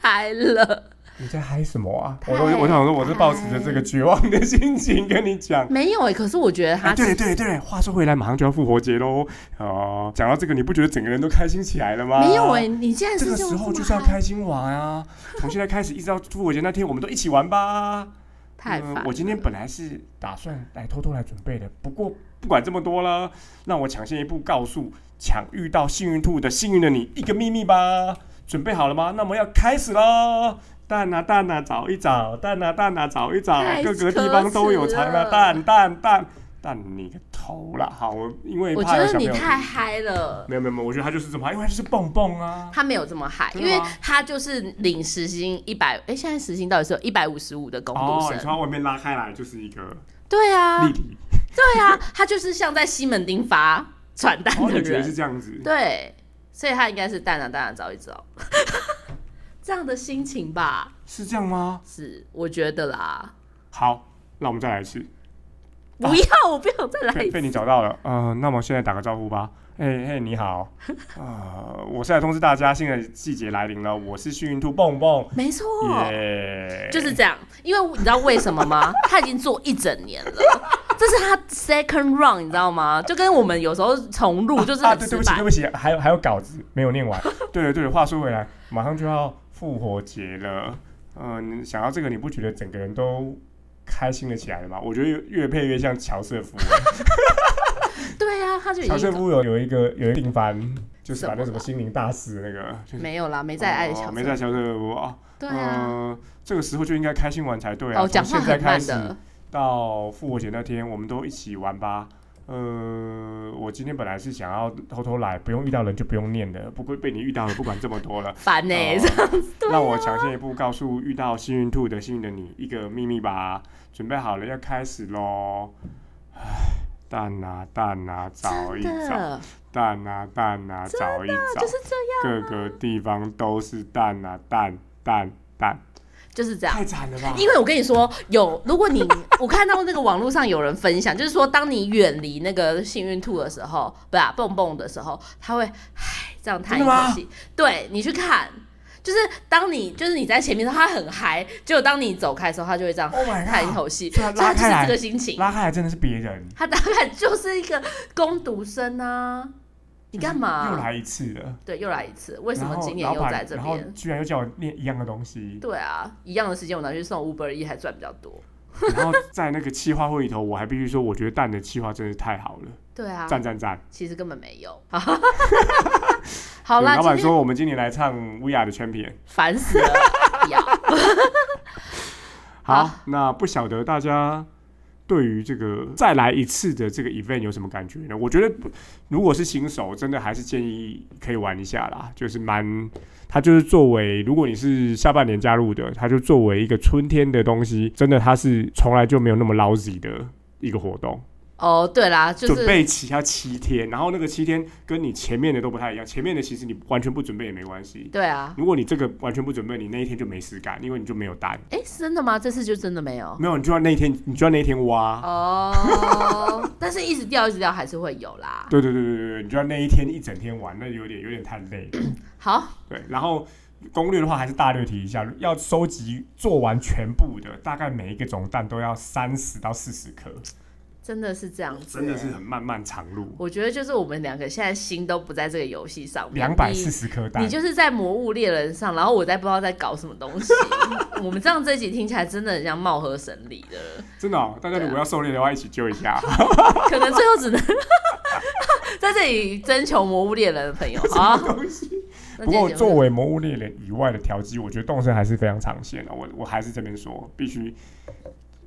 嗨了，
你在嗨什么啊？
太
我我我想说，我是抱持着这个绝望的心情跟你讲。
没有哎、可是我觉得
哎，
他
对对对，话说回来，马上就要复活节喽。哦、讲到这个，你不觉得整个人都开心起来了吗？
没有哎、你竟然
这
是
个
用
时候
这
就
么
是要
嗨
开心玩啊！从现在开始一直到复活节那天，我们都一起玩吧。
太
嗯
烦了、
我今天本来是打算来偷偷来准备的，不过不管这么多了，让我抢先一步告诉抢遇到幸运兔的幸运的你一个秘密吧。准备好了吗？那么要开始喽！蛋啊蛋啊，找一找；蛋啊蛋啊，找一找
太。
各个地方都有藏
可耻了
啊蛋蛋蛋蛋你个头啦！好，我因为
我觉
怕有
得
小朋
你
友
太嗨了。
没有没有没有，我觉得他就是这么，因为他就是蹦蹦啊。
他没有这么嗨，
真
因
的吗
为他就是领时薪一百，哎，现在时薪到底是有一百五十五的工
哦
读，
你
生，
从它外面拉开来就是一个
对啊
立，体，
对啊，他就是像在西门町发传单
哦，
的
你觉得是
人，
这样子？
对，所以他应该是淡了淡了找一找， 这样的心情吧，
是这样吗？
是我觉
啊
得啦，
好，那我们再来一次。
不要，我不想再来
被
一次，
被你找到了，呃，那么现在打个招呼吧。嘿嘿，你 好，呃，我是来通知大家，新的季节来临了，我是幸运兔蹦蹦，
没错。
耶、
就是这样，因为你知道为什么吗？ 他已经做一整年了，这是他 second round，你知道吗？就跟我们有时候重录就是
啊，
很
对，
失
对不起，
败
对，不起，还有还有稿子没有念完。对对对，话说回来，马上就要复活节了，嗯、你想到这个，你不觉得整个人都开心了起来了吗？我觉得越越配越像乔瑟夫。
对啊，他就已
乔瑟
经
夫有有一个有一个定番，就是
什
把那
么
什么心灵大师那个，就是
没有啦，没在爱的小、
哦没在，乔瑟夫啊。
对啊，
呃，这个时候就应该开心玩才对啊。
哦，
从
讲话
现在
很
开
慢
始
的，。
到复活节那天，我们都一起玩吧。呃，我今天本来是想要偷偷来，不用遇到人就不用念的。不过被你遇到了，不管这么多了
烦欸呢、
呃让我抢先一步告诉遇到幸运兔的幸运的你一个秘密吧。准备好了，要开始喽。唉蛋啊蛋啊，找一
真
找；
的
蛋啊蛋啊，找一找。
就是这样，啊
各个地方都是蛋啊蛋蛋蛋，
就是这样。
太惨了吧！
因为我跟你说，有如果你我看到那个网络上有人分享，就是说，当你远离那个幸运兔的时候，不是、啊、蹦蹦的时候，他会唉这样叹一
真的
口
吗
气。对你去看，就是当你就是你在前面的时候，他很嗨，结果当你走开的时候，他就会这样
Oh my
叹一
god！
口气，
所以他
所
拉
以他就
开
是
来
这个心情。
拉开来真的是别人，
他大概就是一个攻读生啊，你干嘛？
嗯又来一次了。
对，又来一次。啊为什么
然后
今年
老
又
板
在这
然后
边？，
居然又叫我念一样的东西
对啊，一样的时间我拿去送 Uber E 还赚比较多。
然后在那个企划会里头，我还必须说，我觉得蛋的企划真是太好了，
对啊，
赞赞赞！
其实根本没 有。好
对
啦，
老板
今天
说我们今年来唱乌雅的圈片。
烦死了， 不要。
好
好，
那不晓得大家对于这个再来一次的这个 event 有什么感觉呢？我觉得不如果是新手，真的还是建议可以玩一下啦，就是蛮。它就是作为，如果你是下半年加入的，它就作为一个春天的东西，真的它是从来就没有那么 lousy 的一个活动。
哦，对啦，就
准
是
备起要七天，然后那个七天跟你前面的都不太一样，前面的其实你完全不准备也没关系。
对啊。
如果你这个完全不准备，你那一天就没事干，因为你就没有单，
哎，是真的吗？这次就真的没有。
没有，你就要那一天，你就要那一天挖。
哦，但是一直掉一直掉还是会有啦。
对对对对对，你就要那一天一整天玩，那有点有点太累了。
好，
对，然后攻略的话还是大略提一下，要收集做完全部的，大概每一个种蛋都要三十到四十颗，
真的是这样子，
真的是。很漫漫长路，
我觉得就是我们两个现在心都不在这个游戏上面，
两百四十颗
你
蛋
你。就是在《魔物猎人》上，然后我在不知道在搞什么东 西。我们这样这一集听起来真的很像貌合神离的。
真的、哦，大家如果要狩猎的话，一起揪一下。
啊 可能最后只能 在这里征求魔物猎人的 朋友啊。那
不
今天
过，
节目
作为《魔物猎人》以外的调剂，我觉得动身还是非常长线的、我我还是这边说，必须，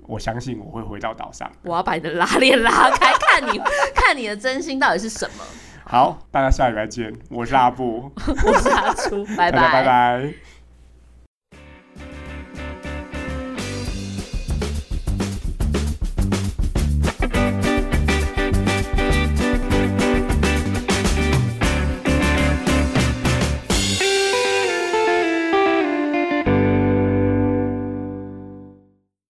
我相信我会回到岛上。
我要把你的拉链拉开，看你 看你的真心到底是什么。
好，大家下礼拜见，我是阿布，
我是阿初，拜
大家拜拜。